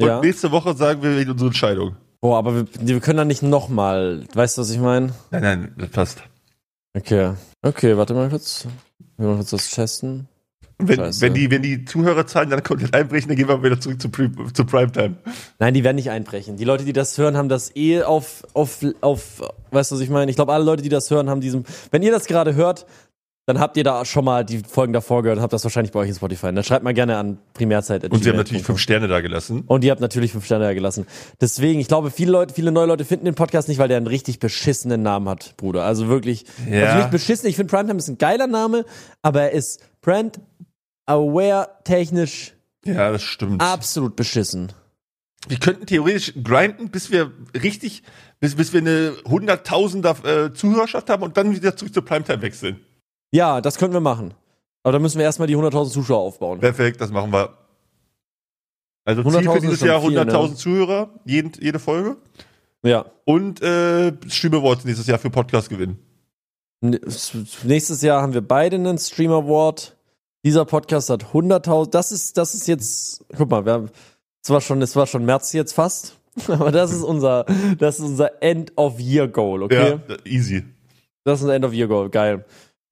A: Und
B: Ja.
A: nächste Woche sagen wir wegen unserer Entscheidung.
B: Boah, Oh, aber wir, wir können da nicht nochmal. Weißt du, was ich meine?
A: Nein, nein, das passt.
B: Okay. Okay, warte mal kurz. Wir machen kurz das testen.
A: Und wenn,
B: Scheiße.
A: wenn, die, wenn die Zuhörerzahlen dann komplett einbrechen, dann gehen wir wieder zurück zu, Pri zu Primetime.
B: Nein, die werden nicht einbrechen. Die Leute, die das hören, haben das eh auf, auf, auf, weißt du, was ich meine? Ich glaube, alle Leute, die das hören, haben diesen, wenn ihr das gerade hört, dann habt ihr da schon mal die Folgen davor gehört und habt das wahrscheinlich bei euch in Spotify. Dann schreibt mal gerne an Primärzeit.
A: Und sie haben natürlich fünf Sterne da gelassen.
B: Und ihr habt natürlich fünf Sterne da gelassen. Deswegen, ich glaube, viele Leute, viele neue Leute finden den Podcast nicht, weil der einen richtig beschissenen Namen hat, Bruder. Also wirklich,
A: Ja.
B: also nicht beschissen. Ich finde Primetime ist ein geiler Name, aber er ist brand aware technisch
A: Ja, das stimmt.
B: absolut beschissen.
A: Wir könnten theoretisch grinden, bis wir richtig, bis, bis wir eine hunderttausender äh, Zuhörerschaft haben und dann wieder zurück zu Primetime wechseln.
B: Ja, das könnten wir machen. Aber da müssen wir erstmal die 100.000 Zuschauer aufbauen.
A: Perfekt, das machen wir. Also Ziel
B: 100.000
A: für
B: ist
A: dieses
B: schon
A: Jahr
B: viel,
A: 100.000
B: ne?
A: Zuhörer, jeden, jede Folge.
B: Ja.
A: Und äh, Stream Awards nächstes Jahr für Podcast gewinnen.
B: N- Nächstes Jahr haben wir beide einen Stream Award. Dieser Podcast hat 100.000. Das ist, das ist jetzt, guck mal, wir haben, es war schon, es war schon März jetzt fast. [laughs] Aber das ist unser, das ist unser End of Year Goal, okay?
A: Ja, easy.
B: Das ist unser End of Year Goal, geil.
A: Gar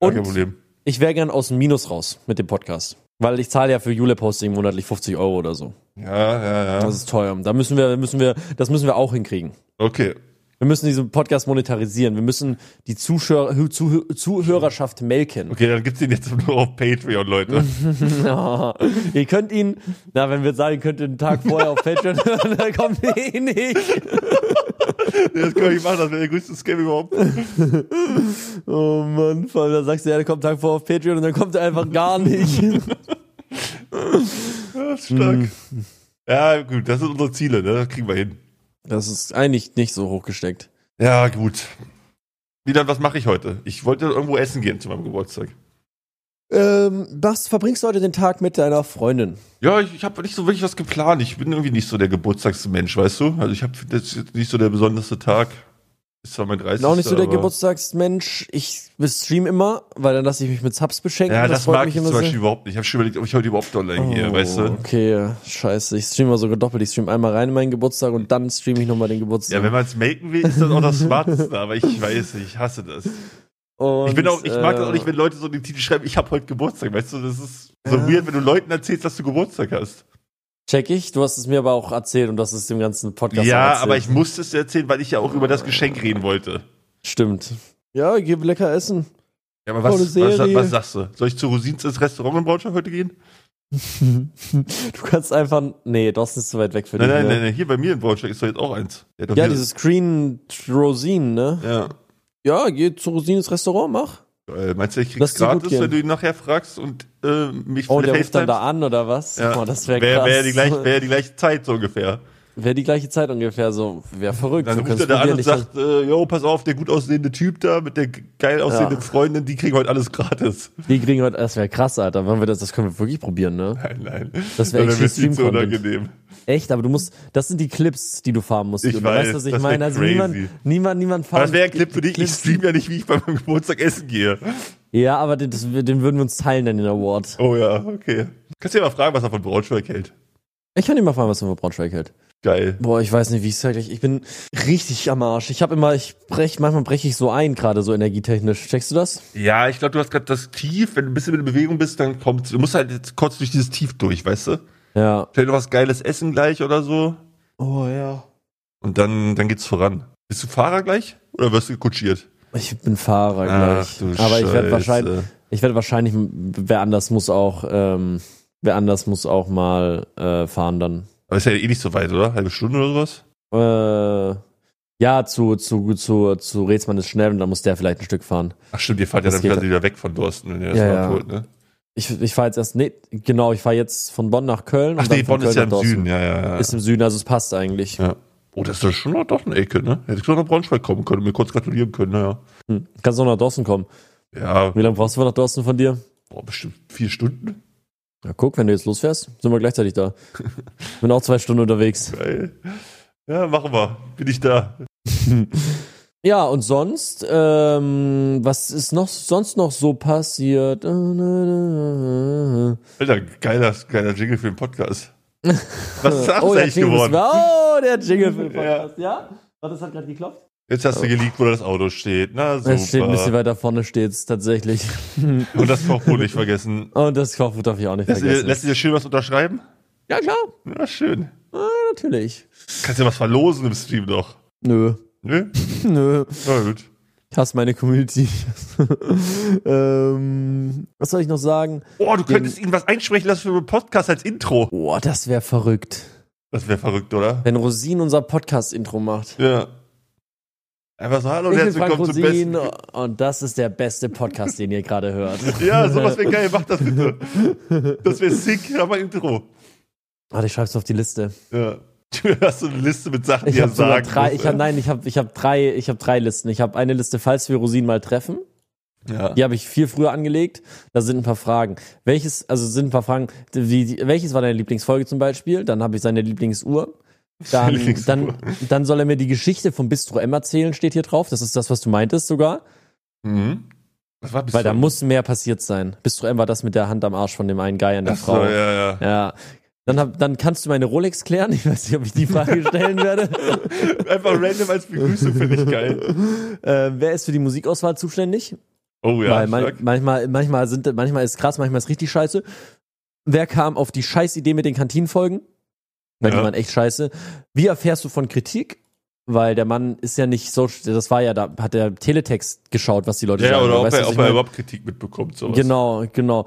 B: Und
A: kein Problem.
B: ich wäre gern aus dem Minus raus mit dem Podcast. Weil ich zahle ja für Julep Hosting monatlich 50 Euro oder so.
A: Ja, ja, ja.
B: Das ist teuer. Da müssen wir, müssen wir, das müssen wir auch hinkriegen.
A: Okay.
B: Wir müssen diesen Podcast monetarisieren. Wir müssen die Zuschauer, Zuh Zuhörerschaft melken.
A: Okay, dann gibt's den jetzt [laughs] nur auf Patreon, Leute.
B: Mhm. [laughs] Ja, ihr könnt ihn, na, wenn wir sagen, könnt ihr einen Tag vorher auf Patreon [laughs] hören, dann kommt eh nicht.
A: [laughs] das können wir nicht machen, das wäre der größte Scam überhaupt.
B: Mhm. Oh Mann, vor allem, dann sagst du, ja, der kommt einen Tag vorher auf Patreon und dann kommt er einfach gar nicht. [laughs]
A: Ja, ist stark.
B: Mhm.
A: Ja, gut, das sind unsere Ziele, ne? Das kriegen wir hin.
B: Das ist eigentlich nicht so hochgesteckt.
A: Ja, gut. Wieder, was mache ich heute? Ich wollte irgendwo essen gehen zu meinem Geburtstag.
B: Ähm, was verbringst du heute den Tag mit deiner Freundin?
A: Ja, ich, ich habe nicht so wirklich was geplant. Ich bin irgendwie nicht so der Geburtstagsmensch, weißt du? Also ich habe das ist jetzt nicht so der besonderste Tag. Ist zwar mein 30.
B: Bin auch nicht so der
A: aber-
B: Geburtstagsmensch. Ich stream immer, weil dann lasse ich mich mit Subs beschenken.
A: Ja, das,
B: freut
A: mag
B: mich
A: ich zum
B: immer sehr.
A: Beispiel überhaupt nicht. Ich habe schon überlegt, ob ich heute überhaupt online gehe,
B: Oh,
A: weißt du?
B: Okay, scheiße. Ich streame sogar doppelt. Ich streame einmal rein in meinen Geburtstag und dann streame ich nochmal den
A: Ja,
B: Geburtstag.
A: wenn man es melken will, ist das auch das Smarteste, aber ich weiß nicht, ich hasse das.
B: Und,
A: Ich, bin auch, ich mag das
B: äh,
A: auch nicht, wenn Leute so in den Titel schreiben, ich habe heute Geburtstag, weißt du? Das ist so weird, wenn du Leuten erzählst, dass du Geburtstag hast.
B: Check ich, du hast es mir aber auch erzählt und das ist dem ganzen Podcast auch
A: ja,
B: erzählt.
A: aber ich musste es dir erzählen, weil ich ja auch über das Geschenk reden wollte.
B: Stimmt. Ja, gib lecker essen.
A: Ja, aber
B: Oh,
A: was,
B: eine
A: was,
B: Serie.
A: was sagst du? Soll ich zu Rosins ins Restaurant in Braunschweig heute gehen?
B: Du kannst einfach. Nee, Dawson ist zu weit weg für
A: Nein,
B: dich.
A: nein,
B: ne?
A: nein, nein, hier bei mir in Braunschweig ist doch jetzt auch eins. Der hat doch
B: Ja,
A: hier-
B: dieses Green Rosin, ne?
A: Ja.
B: Ja, geh zu Rosin ins Restaurant, mach.
A: Äh, meinst du, ich krieg's
B: Lass dir gut
A: gratis,
B: gehen.
A: wenn du ihn nachher fragst und äh, mich
B: Oh, der ruft
A: FaceTimes?
B: dann da an, oder was?
A: Ja.
B: Oh, das wäre
A: Wär-
B: krass.
A: wär die, gleich- wär die gleiche Zeit so ungefähr.
B: Wär die gleiche Zeit ungefähr, so. Wär verrückt.
A: Dann
B: so
A: ruft er
B: kannst
A: da
B: du
A: an
B: dir
A: und
B: nicht-
A: sagt, äh, yo, pass auf, der gut aussehende Typ da mit der g- geil aussehenden
B: Ja.
A: Freundin, die kriegen heute alles gratis. [laughs]
B: Die kriegen heute. Das wäre krass, Alter. Wenn wir das, das können wir wirklich probieren, ne?
A: Nein, nein.
B: Das wär
A: Dann
B: actually
A: wird's viel zu
B: Stream-Content.
A: unangenehm.
B: Echt, aber du musst. Das sind die Clips, die du fahren musst.
A: Ich
B: Jürgen.
A: weiß,
B: weißt du, was ich
A: das wär
B: meine? Also
A: crazy.
B: niemand, niemand, niemand fahren.
A: Aber das wäre ein Clip für dich, ich
B: Clips-
A: stream ja nicht, wie ich bei meinem Geburtstag essen gehe.
B: Ja, aber den, das, den würden wir uns teilen, dann den Award.
A: Oh ja, okay. Kannst du ja mal fragen, was er von Braunschweig hält.
B: Ich kann ihn mal fragen, was er von Braunschweig hält.
A: Geil.
B: Boah, ich weiß nicht, wie ich es eigentlich. Ich bin richtig am Arsch. Ich habe immer, ich brech, manchmal breche ich so ein, gerade so energietechnisch. Checkst du das?
A: Ja, ich glaube, du hast gerade das Tief, wenn du ein bisschen in Bewegung bist, dann kommt Du musst halt jetzt kurz durch dieses Tief durch, weißt du?
B: Ja.
A: Stell dir was Geiles essen gleich oder so.
B: Oh ja.
A: Und dann, dann geht's voran. Bist du Fahrer gleich? Oder wirst du kutschiert?
B: Ich bin Fahrer gleich. Aber ich werde wahrscheinlich, ich werde wahrscheinlich, wer anders muss auch, ähm, wer anders muss auch mal äh, fahren dann.
A: Aber ist ja eh nicht so weit, oder? Halbe Stunde oder sowas?
B: Äh, ja, zu zu zu zu Rätsmann ist schnell und dann muss der vielleicht ein Stück fahren.
A: Ach stimmt, ihr fahrt ja
B: Das
A: dann
B: geht
A: quasi wieder weg von Dorsten, wenn ihr das
B: Ja,
A: mal
B: ja.
A: holt, ne?
B: Ich, ich fahre jetzt erst, nee, genau, ich fahre jetzt von Bonn nach Köln.
A: Ach
B: und dann
A: nee,
B: von
A: Bonn ist ja
B: Köln
A: im
B: nach Dortmund.
A: Süden, ja, ja, ja.
B: Ist im Süden, also es passt eigentlich.
A: ja. Oh, das ist doch schon noch doch eine Ecke, ne? Hätte ich doch nach Braunschweig kommen können und mir kurz gratulieren können, naja.
B: Hm. Kannst du noch nach Dawson kommen.
A: Ja,
B: Wie lange brauchst du nach Dawson von dir?
A: boah, bestimmt vier Stunden.
B: Ja, guck, wenn du jetzt losfährst, sind wir gleichzeitig
A: [laughs]
B: da. Bin auch zwei Stunden unterwegs.
A: Geil. Ja, machen wir. Bin ich da.
B: Ja, und sonst, ähm, was ist noch sonst noch so passiert?
A: Alter, geiler, geiler Jingle für den Podcast.
B: [laughs]
A: Was ist das
B: oh, der
A: eigentlich
B: Jingle ist-
A: geworden?
B: oh, der
A: [laughs]
B: Jingle für den Podcast, ja? Warte, das hat gerade geklopft.
A: Jetzt hast du geleakt, wo das Auto steht. Na super.
B: Es steht ein bisschen weiter vorne steht's tatsächlich.
A: Und das Kochbuch nicht vergessen.
B: Und das Kochbuch darf ich auch nicht
A: Lässt du, dir-
B: vergessen.
A: lässt du dir schön was unterschreiben?
B: ja, klar,
A: Ja, schön.
B: natürlich.
A: Kannst dir was verlosen im Stream doch.
B: [laughs] Nö,
A: Nö?
B: nö.
A: Na gut.
B: Ich hasse meine Community. [laughs] ähm, was soll ich noch sagen?
A: Oh, du könntest ihnen was einsprechen lassen für einen Podcast als Intro.
B: Boah, das wäre verrückt.
A: Das wäre verrückt, oder?
B: Wenn Rosin unser Podcast-Intro macht.
A: Ja. Einfach so, hallo und
B: Ich bin
A: herzlich
B: Frank
A: willkommen zum
B: Rosin
A: Besten.
B: und das ist der beste Podcast, den ihr
A: [laughs]
B: gerade hört.
A: Ja, sowas
B: [laughs]
A: wäre geil, mach das bitte. Das wäre sick, aber Intro.
B: Warte, ich schreib's auf die Liste.
A: Ja. Du hast so eine Liste mit Sachen, die
B: Ich
A: er
B: habe sogar
A: sagen
B: drei,
A: muss,
B: ich hab,
A: ja.
B: nein, ich habe ich hab drei, ich habe drei Listen. Ich habe eine Liste, falls wir Rosin mal treffen.
A: Ja.
B: Die habe ich viel früher angelegt. Da sind ein paar Fragen. Welches, also sind ein paar Fragen, wie, die- welches war deine Lieblingsfolge zum Beispiel? Dann habe ich seine Lieblingsuhr.
A: [laughs]
B: Dann,
A: Lieblingsuhr.
B: dann, dann soll er mir die Geschichte vom Bistro M erzählen, steht hier drauf. Das ist das, was du meintest sogar.
A: Mhm. Was war bis
B: Weil da muss mehr passiert sein. Bistro M war das mit der Hand am Arsch von dem einen Guy an der
A: Achso,
B: Frau.
A: ja, ja.
B: ja. Dann, hab, dann kannst du meine Rolex klären. Ich weiß nicht, ob ich die Frage stellen
A: [laughs]
B: werde.
A: Einfach random als Begrüßung finde ich geil.
B: äh, wer ist für die Musikauswahl zuständig?
A: Oh ja,
B: Weil man,
A: stark.
B: manchmal, manchmal, sind, manchmal ist krass, manchmal ist richtig scheiße. Wer kam auf die Scheißidee mit den Kantinenfolgen? Weil die
A: Ja.
B: waren echt scheiße. Wie erfährst du von Kritik? Weil der Mann ist ja nicht so, das war ja, da hat der Teletext geschaut, was die Leute
A: ja,
B: sagen.
A: oder ob
B: Weißt du,
A: er,
B: was
A: ob
B: ich
A: er
B: meine?
A: überhaupt Kritik mitbekommt. Sowas.
B: Genau, genau.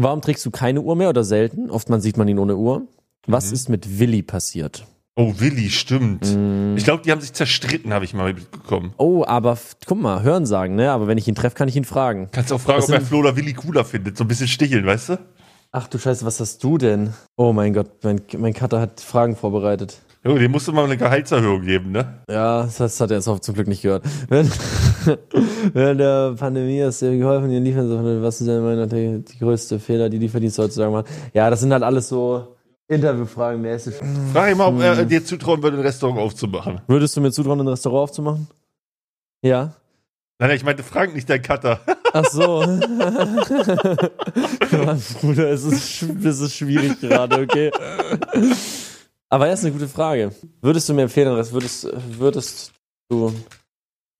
B: Warum trägst du keine Uhr mehr oder selten? Oft man sieht man ihn ohne Uhr. Was
A: Mhm.
B: ist mit Willi passiert? Mm.
A: Oh, Willi, stimmt.
B: Mhm.
A: Ich glaube, die haben sich zerstritten, habe ich mal mitbekommen.
B: Oh, aber f- guck mal, hören sagen, ne? Aber wenn ich ihn treffe, kann ich ihn fragen.
A: Kannst auch fragen,
B: Was
A: ob er
B: sind-
A: Flo oder Willi cooler findet. So ein bisschen sticheln, weißt du?
B: Ach du Scheiße, was hast du denn? Oh mein Gott, mein, mein Cutter hat Fragen vorbereitet.
A: Junge, dem musst du mal eine Gehaltserhöhung geben, ne?
B: Ja, das hat er jetzt auch zum Glück nicht gehört. [laughs] Während, während der Pandemie hast du dir geholfen, den Lieferdienst, was ist denn meiner die, die größte Fehler, die Lieferdienste heutzutage machen? Ja, das sind halt alles so Interviewfragen mäßig.
A: Frag ihn mal, ob er dir zutrauen würde, ein Restaurant aufzumachen.
B: Würdest du mir zutrauen, ein Restaurant aufzumachen? Ja.
A: Nein, nein, ich meinte, frag nicht deinen Cutter. [laughs]
B: Ach so. Mann, [laughs] Bruder, es ist, sch- es ist schwierig gerade, okay? Aber das ist eine gute Frage. Würdest du mir empfehlen, Andreas, würdest, würdest du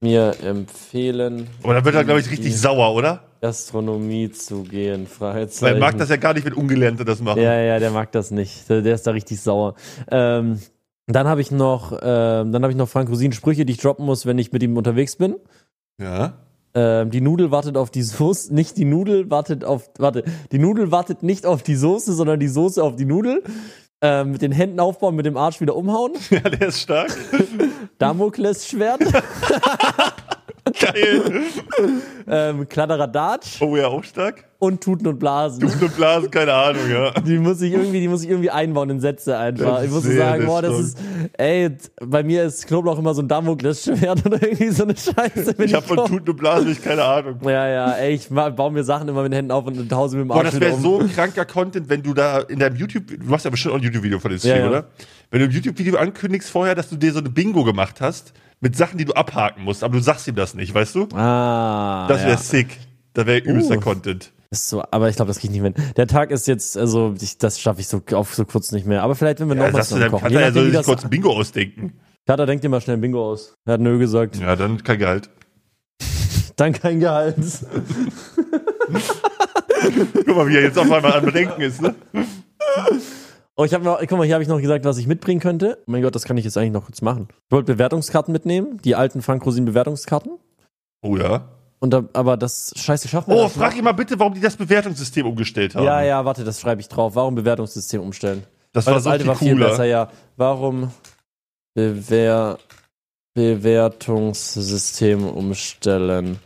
B: mir empfehlen,
A: Aber dann wird er, glaube ich, richtig sauer, oder?
B: Gastronomie zu
A: Weil
B: gehen? Fragezeichen.
A: er mag das ja gar nicht, wenn Ungelernte das machen.
B: Ja, ja, der mag das nicht. Der, der ist da richtig sauer. Ähm, dann habe ich noch, ähm, dann habe ich noch Frank Rosin Sprüche, die ich droppen muss, wenn ich mit ihm unterwegs bin.
A: ja. [laughs]
B: Ähm, die Nudel wartet auf die Soße, [laughs] nicht die Nudel wartet auf, warte, die Nudel wartet nicht auf die Soße, sondern die Soße auf die Nudel. Ähm, mit den Händen aufbauen, mit dem Arsch wieder
A: [laughs]
B: umhauen.
A: Ja, der ist [laughs] stark.
B: Damoklesschwert,
A: Geil.
B: ähm, Kladderadatsch
A: Oh ja, auch stark.
B: und Tuten und Blasen.
A: Gute Blasen, keine Ahnung, ja.
B: Die muss ich irgendwie, die muss ich irgendwie einbauen in Sätze einfach.
A: Das
B: Ich muss
A: ist sehr,
B: sagen, boah,
A: sehr
B: das ist, ey, t- bei mir ist Knoblauch immer so ein Damoklesschwert [laughs] oder irgendwie so eine Scheiße. wenn
A: Ich habe von
B: koch.
A: Tuten und Blasen nicht keine Ahnung.
B: Ja, ja, ey, ich ma- baue mir Sachen immer mit den Händen auf und hause mit dem Arsch
A: Boah, das
B: wieder
A: wäre
B: um.
A: so kranker Content, wenn du da in deinem YouTube, du machst ja bestimmt auch ein YouTube-Video von dem Stream,
B: Ja, ja.
A: oder? Wenn du im YouTube-Video ankündigst vorher, dass du dir so eine Bingo gemacht hast, mit Sachen, die du abhaken musst, aber du sagst ihm das nicht, weißt du?
B: Ah,
A: Das wäre
B: ja.
A: sick. Da wäre übelster Content.
B: Das Ist so, aber ich glaube, das kriege ich nicht mehr. hin. Der Tag ist jetzt, also ich, das schaffe ich so auf so kurz nicht mehr. Aber vielleicht, wenn wir
A: Ja,
B: noch was
A: sagst du
B: zusammen
A: deinem
B: kochen.
A: Vater,
B: Je
A: er
B: nachdem,
A: soll
B: wie
A: sich kurz
B: das,
A: ein Bingo ausdenken.
B: Kater, denk dir mal schnell ein Bingo aus. Er hat nö gesagt. [laughs]
A: Ja, dann kein Gehalt.
B: Dann kein Gehalt.
A: Guck mal, wie er jetzt auf einmal am Bedenken ist, ne?
B: Oh, ich habe mal, guck mal, hier habe ich noch gesagt, was ich mitbringen könnte. Oh mein Gott, das kann ich jetzt eigentlich noch kurz machen. Ich wollte Bewertungskarten mitnehmen, die alten Frank Rosin Bewertungskarten.
A: Oh ja.
B: Und da, aber das Scheiße schafft man
A: Oh,
B: das
A: frag ihn mal bitte, warum die das Bewertungssystem umgestellt haben.
B: nicht. Ja, ja, warte, das schreibe ich drauf. Warum Bewertungssystem umstellen?
A: Das
B: Weil
A: war
B: das
A: so
B: alte
A: viel
B: war viel
A: cooler.
B: besser, ja. Warum Bewer Bewertungssystem umstellen?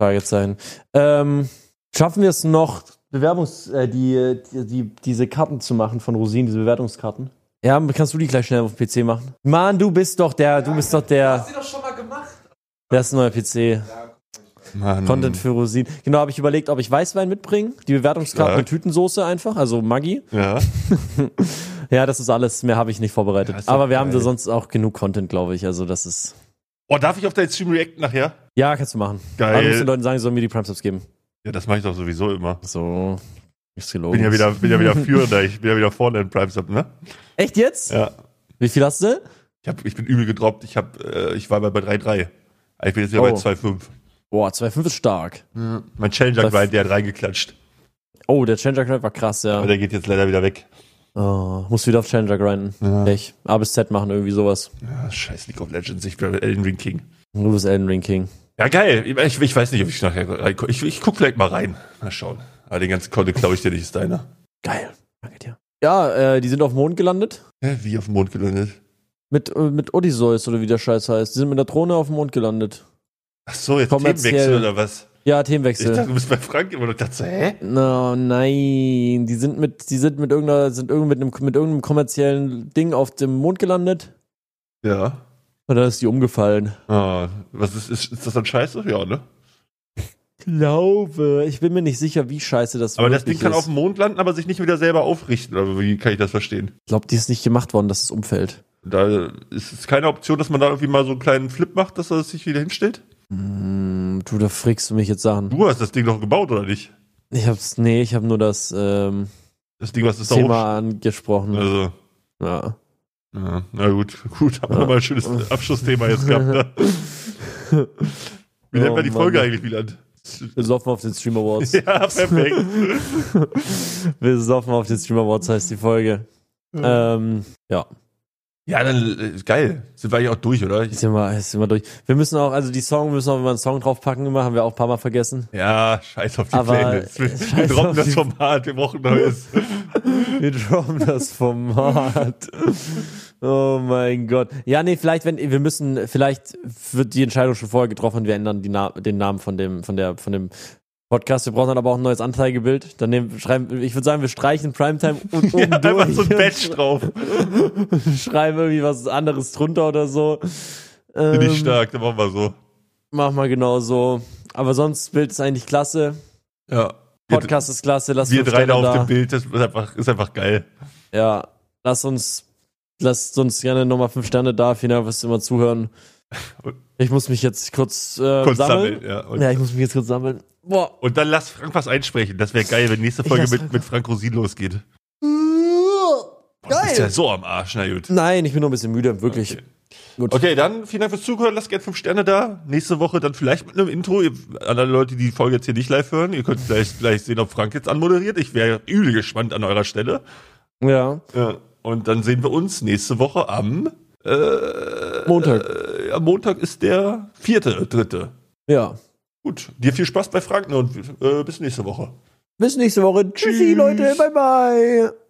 B: Fragezeichen. Ähm, schaffen wir es noch, Bewerbungs äh, die, die, die, diese Karten zu machen von Rosin, diese Bewertungskarten? Ja, kannst du die gleich schnell auf dem PC machen? Mann, du bist doch der, du bist doch der,
D: sie doch schon mal gemacht.
B: das ist ein neuer PC.
A: Mann.
B: Content für Rosin. Genau, habe ich überlegt, ob ich Weißwein mitbringe, die Bewertungskarten
A: Stark.
B: mit Tütensoße einfach, also Maggi.
A: Ja.
B: Ja, das ist alles. Mehr habe ich nicht vorbereitet.
A: Ja, ist doch
B: Aber wir haben da
A: geil.
B: sonst auch genug Content, glaube ich. Also das ist.
A: Oh, darf ich auf deinen Stream reacten nachher?
B: Ja, kannst du machen.
A: Geil.
B: Aber du musst den Leuten sagen, sie sollen mir die Prime-Subs geben.
A: Ja, das mache ich doch sowieso immer.
B: So. Nichts gelogen.
A: Bin ja wieder, bin ja [laughs] wieder führender, ich bin ja wieder vorne in Prime Sub, ne?
B: Echt jetzt?
A: Ja.
B: Wie viel hast du?
A: Ich, hab, ich bin übel gedroppt, ich, hab, äh, ich war bei bei 3-3. Ich bin jetzt wieder
B: Oh.
A: bei 2-5.
B: Boah, 2,5 ist stark.
A: Mein Challenger
B: Das-
A: Grind, der hat reingeklatscht.
B: Oh, der Challenger Grind war krass, ja.
A: Aber der geht jetzt leider wieder weg.
B: Oh, muss wieder auf Challenger grinden.
A: Ja.
B: Echt. A bis Z machen, irgendwie sowas.
A: Ja, scheiß League of Legends, ich bin Elden Ring King.
B: Du bist Elden Ring King.
A: Ja, geil. Ich, ich weiß nicht, ob ich nachher reingucke. Ich, ich guck vielleicht mal rein. Mal schauen. Aber den ganzen Content glaube ich dir nicht, ist deiner.
B: Geil. Danke dir. Ja, äh, die sind auf dem Mond gelandet.
A: Hä, wie auf dem Mond gelandet?
B: Mit, äh, mit Odysseus oder wie der Scheiß heißt. Die sind mit der Drohne auf dem Mond gelandet.
A: Ach so, jetzt
B: Kommerziell.
A: Themenwechsel oder was?
B: Ja,
A: Ich dachte,
B: Themenwechsel.
A: du bist bei Frank immer noch dachte, so, hä?
B: No, nein. Die sind mit, die sind mit irgendeiner, sind irgend mit, einem, mit irgendeinem kommerziellen Ding auf dem Mond gelandet.
A: Ja.
B: Und dann ist die umgefallen.
A: Ah, was ist, ist, ist das dann scheiße? Ja, ne?
B: Glaube. Ich bin mir nicht sicher, wie scheiße das
A: Aber das Ding
B: wirklich
A: kann
B: ist.
A: auf dem Mond landen, aber sich nicht wieder selber aufrichten. Oder wie kann ich das verstehen?
B: Ich glaube, die ist nicht gemacht worden, dass es umfällt.
A: Da ist es keine Option, dass man da irgendwie mal so einen kleinen Flip macht, dass er sich wieder hinstellt?
B: Hm, du, da frickst du mich jetzt Sachen.
A: Du hast das Ding doch gebaut, oder nicht?
B: Ich hab's, nee, ich habe nur das ähm,
A: Das Ding, was ist da hoch?
B: Thema angesprochen.
A: Also,
B: Ja.
A: ja, na gut, [laughs] gut, haben wir
B: Ja.
A: nochmal ein schönes Abschlussthema jetzt gehabt. Ne? [laughs] Wie nennt
B: Oh,
A: man die
B: Mann.
A: Folge eigentlich wieder?
B: Wir soffen auf den Stream
A: [laughs]
B: Awards.
A: Ja, perfekt.
B: Wir soffen auf den Stream Awards heißt die Folge. Ähm, ja,
A: Ja, dann äh, geil. Sind wir eigentlich auch durch, oder?
B: ist immer, ist immer durch. Wir müssen auch, also die Song müssen auch, wenn wir einen Song draufpacken, immer, haben wir auch ein paar Mal vergessen.
A: Ja, scheiß auf die
B: Aber,
A: Playlist. Wir,
B: äh,
A: wir
B: scheiß
A: droppen
B: auf
A: das
B: die-
A: Format, wir brauchen neues.
B: Wir droppen das Format. Oh mein Gott. Ja, nee, vielleicht, wenn, wir müssen, vielleicht wird die Entscheidung schon vorher getroffen, wir ändern die Na den Namen von dem, von der, von dem Podcast. Wir brauchen dann aber auch ein neues Anzeigebild. Dann nehmen, schreiben, ich würde sagen, wir streichen Primetime
A: [laughs]
B: und
A: ja,
B: oben
A: [laughs] einfach
B: durch
A: so ein Badge drauf.
B: und schreiben irgendwie was anderes drunter oder so.
A: Bin ich
B: Ähm,
A: stark, dann machen wir so.
B: mach mal genau so. Aber sonst, Bild ist eigentlich klasse.
A: Ja. Wir,
B: Podcast ist klasse. Lass
A: wir
B: fünf
A: drei da
B: Sterne
A: auf dem Bild, das ist einfach, ist einfach geil.
B: Ja, lass uns, lasst uns gerne nochmal fünf Sterne da, vielen Dank fürs
A: [laughs]
B: immer zuhören. Ich muss mich jetzt kurz, äh,
A: Kurz
B: sammeln.
A: sammeln. Ja. Und,
B: Ja, ich muss mich jetzt kurz sammeln. Boah.
A: und dann lass Frank was einsprechen. Das wäre geil, wenn nächste
B: Ich
A: Folge
B: lass
A: mit,
B: Frank-
A: mit Frank Rosin losgeht. Boah, Du bist ja
B: Geil.
A: so am Arsch, na gut.
B: Nein, ich bin nur ein bisschen müde, wirklich.
A: Okay.
B: Gut.
A: Okay, dann vielen Dank fürs Zuhören. Lasst gerne fünf Sterne da. Nächste Woche dann vielleicht mit einem Intro. Ihr, an alle Leute, die die Folge jetzt hier nicht live hören, ihr könnt gleich, gleich sehen, ob Frank jetzt anmoderiert. Ich wäre übel gespannt an eurer Stelle.
B: Ja.
A: Ja. Und dann sehen wir uns nächste Woche am äh,
B: Montag.
A: Äh, ja, Montag ist der vierte, dritte.
B: Ja.
A: Gut, dir viel Spaß bei Frank ne, und äh, bis nächste Woche.
B: Bis nächste Woche. Tschüssi,
A: Tschüss.
B: Leute. Bye, bye.